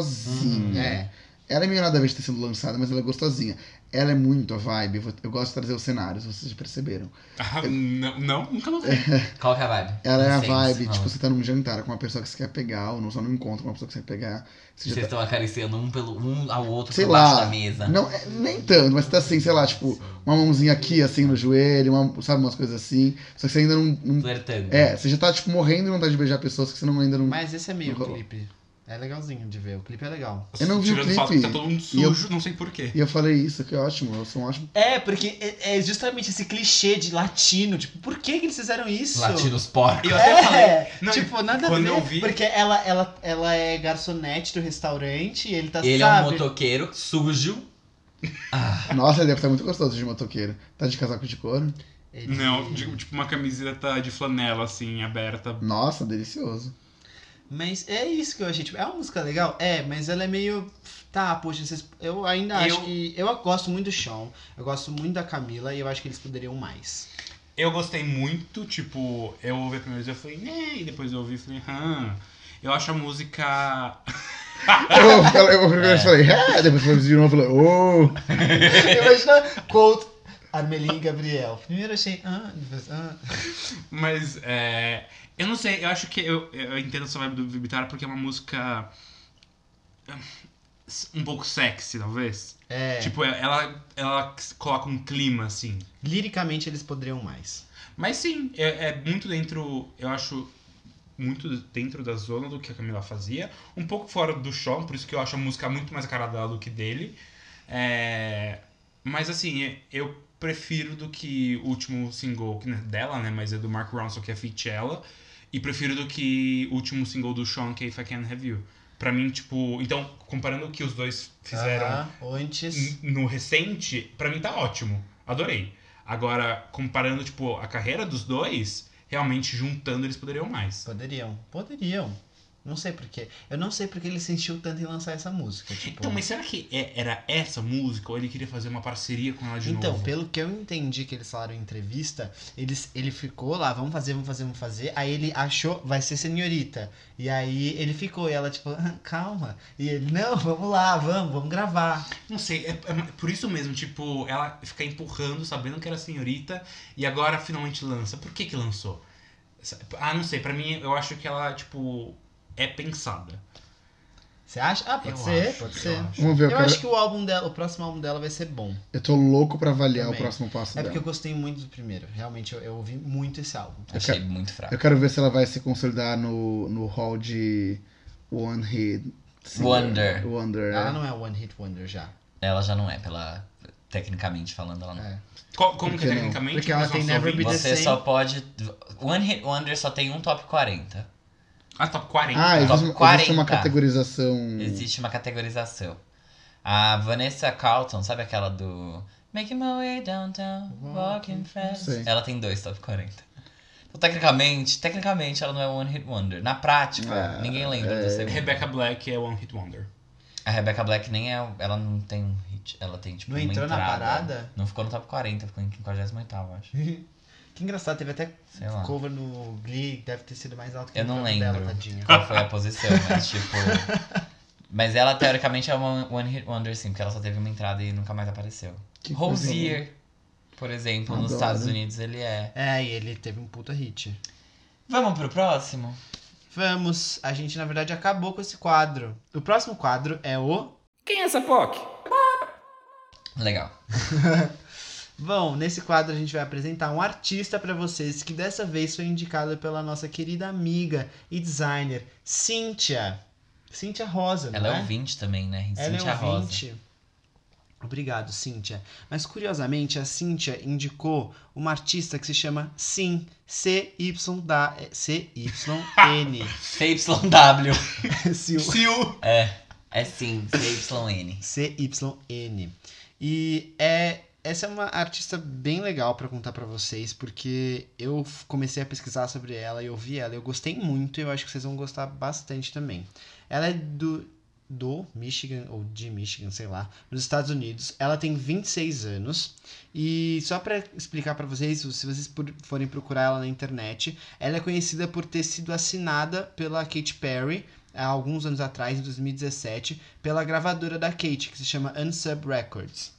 gostosinha.
É.
Ela é meio nada a ver de ter sido lançada, mas ela é gostosinha. Ela é muito a vibe. Eu vou- Eu gosto de trazer os cenários, vocês já perceberam.
ah, não, não, nunca não sei.
Qual que é a vibe?
Ela é a
Vocês,
vibe,
não.
tipo, você tá num jantar com uma pessoa que você quer pegar, ou não só não encontra uma pessoa que você quer pegar. Você
Vocês
já tá-
estão acariciando um pelo um ao outro
Sei
por baixo
lá.
da mesa.
Não, é- nem tanto, mas você tá assim, sei lá, tipo, uma mãozinha aqui, assim, no joelho, uma- sabe, umas coisas assim. Só que você ainda não. não-
Flertando.
É, você já tá, tipo, morrendo de vontade de beijar pessoas que você não, ainda não.
Mas esse é meio
Não rolou.
clipe. É legalzinho de ver. O clipe é legal.
Eu não vi o
Tirando fato que
clipe.
tá todo mundo
E eu-
sujo, não sei porquê.
E eu falei isso, que ótimo, eu sou um ótimo.
É, porque é, é justamente esse clichê de latino. Tipo, por que, que eles fizeram isso?
Latinos porcos.
Eu até falei.
É,
Não,
tipo, nada a
quando
ver,
eu vi-
porque ela, ela, ela é garçonete do restaurante e ele tá,
Ele é um
sabe?
motoqueiro sujo.
Nossa, ele deve estar muito gostoso de motoqueiro. Tá de casaco de couro?
Ele-
Não, tipo, tipo uma camiseta de flanela, assim, aberta.
Nossa, delicioso.
Mas é isso que eu achei. Tipo, é uma música legal? É, mas ela é meio. Tá, poxa, vocês... eu ainda
Eu-
acho que. Eu gosto muito do Sean, eu gosto muito da Camila e eu acho que eles poderiam mais.
Eu gostei muito, tipo, eu ouvi a primeira vez eu falei, né? E depois eu ouvi e falei, hã. Eu acho a música.
Eu, falei- eu, primeiro falei, é, depois foi de novo e falei, oh.
Imagina Colt, Armelinho e Gabriel. Primeiro eu achei. Ah, depois, ah.
Mas é. Eu não sei, eu acho que eu, eu entendo essa vibe do Vibitar porque é uma música. Um pouco sexy, talvez.
É,
Tipo, ela, ela coloca um clima, assim.
liricamente eles poderiam mais.
Mas sim, é, é muito dentro, eu acho, muito dentro da zona do que a Camila fazia, um pouco fora do chão, por isso que eu acho a música muito mais a cara dela do que dele. É, Mas assim, eu prefiro do que o último single, que não é dela, né? Mas é do Mark Ronson, que é Fichella. E prefiro do que o último single do Sean, que é If I Can Have You. Pra mim, tipo... Então, comparando o que os dois fizeram
Aham, antes.
N- no recente, pra mim tá ótimo. Adorei. Agora, comparando, tipo, a carreira dos dois, realmente juntando eles poderiam mais.
Poderiam. Poderiam. Não sei porquê. Eu não sei porque ele sentiu tanto em lançar essa música. Tipo,
Então, mas será que é- era essa música ou ele queria fazer uma parceria com ela de
Então,
novo?
pelo que eu entendi que eles falaram em entrevista, eles, ele ficou lá, vamos fazer, vamos fazer, vamos fazer. Aí ele achou, vai ser senhorita. E aí ele ficou, e ela, tipo, "Ah, calma. E ele, não, vamos lá, vamos, vamos gravar.
Não sei, é, é por isso mesmo, tipo, ela fica empurrando, sabendo que era senhorita, e agora finalmente lança. Por que que lançou? Sa- Ah, não sei, pra mim, eu acho que ela, tipo, é pensada.
Você acha? Ah, pode
Eu
ser,
acho,
pode
eu
ser.
acho.
Vamos ver,
Eu,
eu, quero...
acho que o álbum dela, o próximo álbum dela vai ser bom.
eu tô louco pra avaliar
Também.
o próximo passo
É
dela.
porque eu gostei muito do primeiro. Realmente, eu, eu ouvi muito esse álbum.
Achei muito fraco.
Eu quero ver se ela vai se consolidar no, no hall de One Hit. Singer.
Wonder.
Wonder,
Ela
é.
não é One Hit Wonder já.
Ela já não é, pela. Tecnicamente falando, ela não é.
É.
Co- como
Por
que,
que não?
tecnicamente...
Porque ela
pros
tem
nossos
Never Be the
ouvintes-
Você
Same.
só pode. One Hit Wonder só tem um top 40.
Ah, top 40.
Ah,
Top
existe, uma- existe
40.
uma categorização.
Hum.
Existe uma categorização. A Vanessa Carlton, sabe aquela do. Making my way downtown, walking fast.
Sei.
Ela tem dois top 40. Então, tecnicamente, tecnicamente ela não é One Hit Wonder. Na prática,
É,
Ah,
ninguém lembra do segundo.
Rebecca Black é One Hit Wonder.
A Rebecca Black nem é. Ela não tem um hit. Ela tem, tipo,
Não
uma
entrou na
entrada.
parada?
Não ficou no top 40, ficou em 58, eu acho.
Que engraçado, teve até
Sei lá.
cover no Glee, deve ter sido mais alto que
Eu
o
não
próprio
lembro
dela, tadinha.
qual foi a posição, mas tipo. Mas ela teoricamente é uma One Hit Wonder, sim, porque ela só teve uma entrada e nunca mais apareceu.
Que coisa boa.
Rosier, por exemplo, nos
Adoro.
Estados Unidos ele é.
É, e ele teve um puta hit.
Vamos pro próximo?
Vamos, a gente na verdade acabou com esse quadro. O próximo quadro é o.
Quem é essa POC?
Legal.
Bom, nesse quadro a gente vai apresentar um artista pra vocês que dessa vez foi indicado pela nossa querida amiga e designer Cíntia. Cíntia Rosa, não
Ela é
é?
ouvinte também, né?
Ela
Cynthia
é
Rosa.
ouvinte. Obrigado, Cíntia. Mas curiosamente, a Cíntia indicou uma artista que se chama Sim, C Y da C Y N.
CYW.
Sil!
É sim, CYN.
CYN. E é essa é uma artista bem legal pra contar pra vocês, porque eu f- comecei a pesquisar sobre ela e ouvi ela, eu gostei muito e eu acho que vocês vão gostar bastante também. Ela é do do Michigan ou de Michigan, sei lá, nos Estados Unidos. Ela tem 26 anos e só pra explicar pra vocês, se vocês por- forem procurar ela na internet, ela é conhecida por ter sido assinada pela Katy Perry há alguns anos atrás, em 2017, pela gravadora da Kate, que se chama Unsub Records.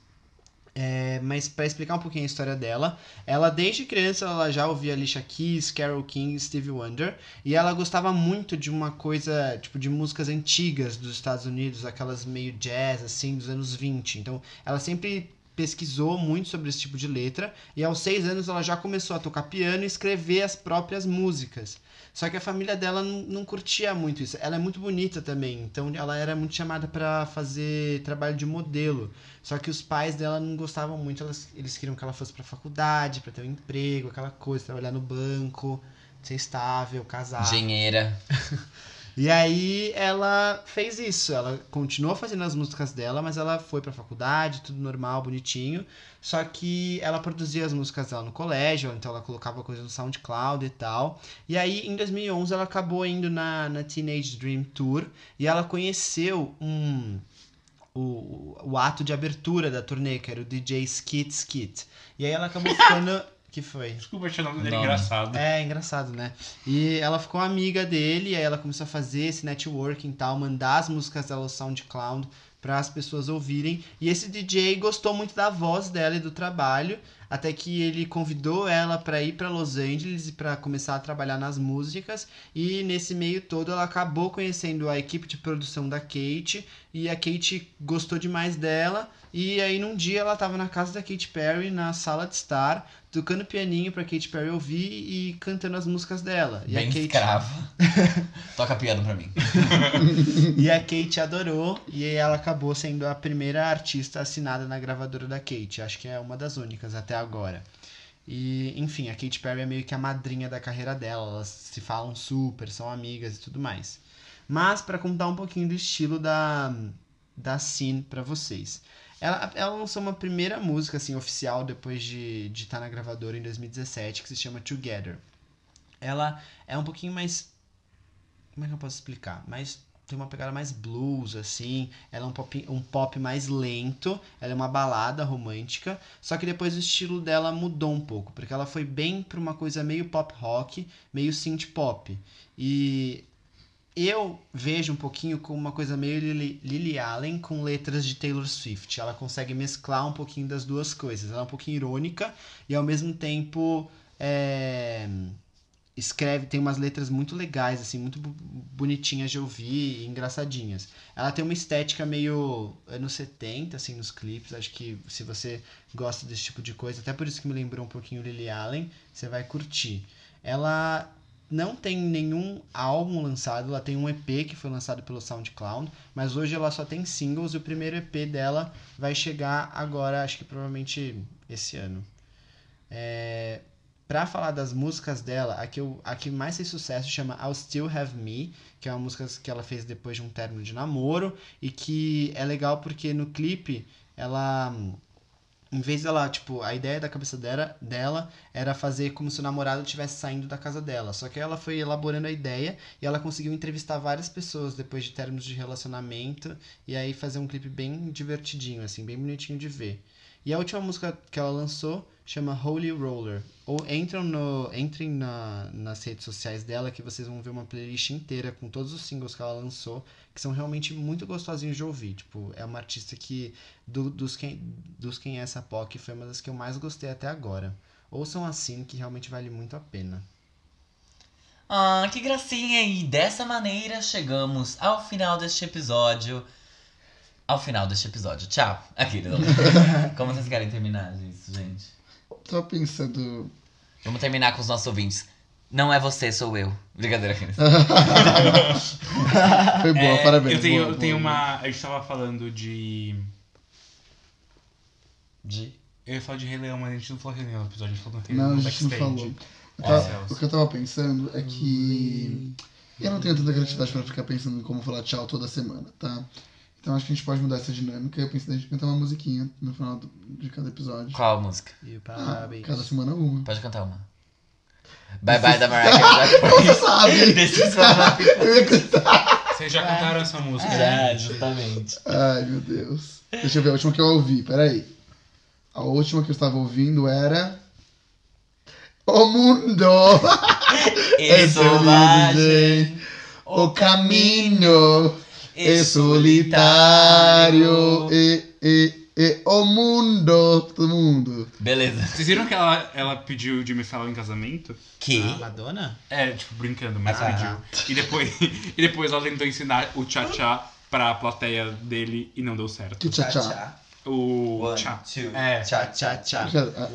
É, mas para explicar um pouquinho a história dela, ela desde criança ela já ouvia Alicia Keys, Carole King, Stevie Wonder, e ela gostava muito de uma coisa, tipo, de músicas antigas dos Estados Unidos, aquelas meio jazz, assim, dos anos 20. Então, ela sempre pesquisou muito sobre esse tipo de letra, e aos seis anos ela já começou a tocar piano e escrever as próprias músicas. Só que a família dela não, não curtia muito isso. Ela é muito bonita também, então ela era muito chamada pra fazer trabalho de modelo. Só que os pais dela não gostavam muito, elas- eles queriam que ela fosse pra faculdade, pra ter um emprego, aquela coisa, trabalhar no banco, ser estável,
Tá.
casar.
Engenheira.
E aí ela fez isso, ela continuou fazendo as músicas dela, mas ela foi pra faculdade, tudo normal, bonitinho. Só que ela produzia as músicas dela no colégio, então ela colocava coisa no SoundCloud e tal. E aí em 2011 ela acabou indo na, na Teenage Dream Tour e ela conheceu um o, o ato de abertura da turnê, que era o DJ Skit Skit. E aí ela acabou ficando... que foi?
Desculpa achar o nome dele
Nome.
engraçado.
É, engraçado, né? E ela ficou amiga dele, e aí ela começou a fazer esse networking e tal, mandar as músicas dela ao SoundCloud para as pessoas ouvirem. E esse DJ gostou muito da voz dela e do trabalho. até que ele convidou ela para ir para Los Angeles e para começar a trabalhar nas músicas. E nesse meio todo ela acabou conhecendo a equipe de produção da Kate e a Kate gostou demais dela. E aí num dia ela tava na casa da Kate Perry, na sala de estar, tocando pianinho pra Kate Perry ouvir e cantando as músicas dela. E
Bem
a Kate
escrava. Toca piano pra mim.
E a Kate adorou e ela acabou sendo a primeira artista assinada na gravadora da Kate. Acho que é uma das únicas até agora. E, enfim, a Kate Perry é meio que a madrinha da carreira dela. Elas se falam super, são amigas e tudo mais. Mas para contar um pouquinho do estilo da da Sin para vocês. Ela, ela lançou uma primeira música assim oficial depois de estar de tá na gravadora em 2017 que se chama Together. Ela é um pouquinho mais como é que eu posso explicar? Mais tem uma pegada mais blues, assim. Ela é um pop, um pop mais lento. Ela é uma balada romântica. Só que depois o estilo dela mudou um pouco. Porque ela foi bem pra uma coisa meio pop rock, meio synth pop. E eu vejo um pouquinho como uma coisa meio Lily, Lily Allen com letras de Taylor Swift. Ela consegue mesclar um pouquinho das duas coisas. Ela é um pouquinho irônica e ao mesmo tempo. É escreve, tem umas letras muito legais, assim, muito bu- bonitinhas de ouvir e engraçadinhas. Ela tem uma estética meio anos 70, assim, nos clipes. Acho que se você gosta desse tipo de coisa, até por isso que me lembrou um pouquinho Lily Allen, você vai curtir. Ela não tem nenhum álbum lançado, ela tem um EP que foi lançado pelo SoundCloud, mas hoje ela só tem singles e o primeiro EP dela vai chegar agora, acho que provavelmente esse ano. É, Pra falar das músicas dela, a que, eu, a que mais fez sucesso chama I'll Still Have Me, que é uma música que ela fez depois de um término de namoro, e que é legal porque no clipe ela. hum, Em vez dela, tipo, a ideia da cabeça dela, dela era fazer como se o namorado estivesse saindo da casa dela. Só que ela foi elaborando a ideia e ela conseguiu entrevistar várias pessoas depois de términos de relacionamento e aí fazer um clipe bem divertidinho, assim, bem bonitinho de ver. E a última música que ela lançou chama Holy Roller. Ou entram no, entrem na, nas redes sociais dela que vocês vão ver uma playlist inteira com todos os singles que ela lançou, que são realmente muito gostosinhos de ouvir. Tipo, é uma artista que, do- dos, quem, dos quem é essa POC, foi uma das que eu mais gostei até agora. Ouçam assim, que realmente vale muito a pena.
Ah, que gracinha! E dessa maneira chegamos ao final deste episódio. Ao final deste episódio. Tchau. Aqui, não. Como vocês querem terminar isso, gente?
Tava pensando.
Vamos terminar com os nossos ouvintes. Não é você, sou eu. Brincadeira, Kines.
Foi boa,
É,
parabéns.
Eu tenho,
boa,
eu tenho
boa.
uma. A gente tava falando de.
De...
Eu ia falar de Rei Leão, mas a gente não falou Rei Leão no episódio, a gente falou no
Não, a
no
gente não falou.
um backstage.
Eu
Ó,
tava-
Celso.
o que eu tava pensando é que eu não tenho tanta criatividade pra ficar pensando em como falar tchau toda semana, tá? Então acho que a gente pode mudar essa dinâmica. Eu pensei em gente cantar uma musiquinha no final do- de cada episódio.
Qual a música?
E
Ah,
parabéns.
cada semana uma.
Pode cantar uma. Bye bye da Mariah Carey.
Você sabe!
This is for my people.
Eu ia cantar.
Vocês já cantaram essa música, né?
Já,
gente?
justamente.
Ai, meu Deus. Deixa eu ver a última que eu ouvi, peraí. A última que eu estava ouvindo era. O mundo!
É selvagem.
o caminho! é solitário e, e, e o mundo, todo mundo.
Beleza.
Vocês viram que ela, ela pediu o Jimmy Fallon em casamento?
Que?
Ah, Madonna?
É, tipo, brincando, mas
Ah,
pediu. E depois, e depois ela tentou ensinar o tchá-tchá pra plateia dele e não deu certo.
Que tchau, tchau.
O
One,
tchá.
two.
É,
Tchá, tchá, tchá.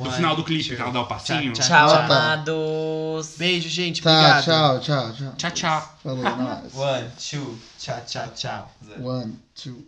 no final do clipe, que ela dá o passinho.
Tchau,
Tchau,
ah, Tchau.
amados.
Beijo, gente.
Tá,
obrigado.
tchau, tchau, tchau.
Tchau, tchau.
Falou, nós.
One, two.
Tchau, tchau, tchau.
One, two.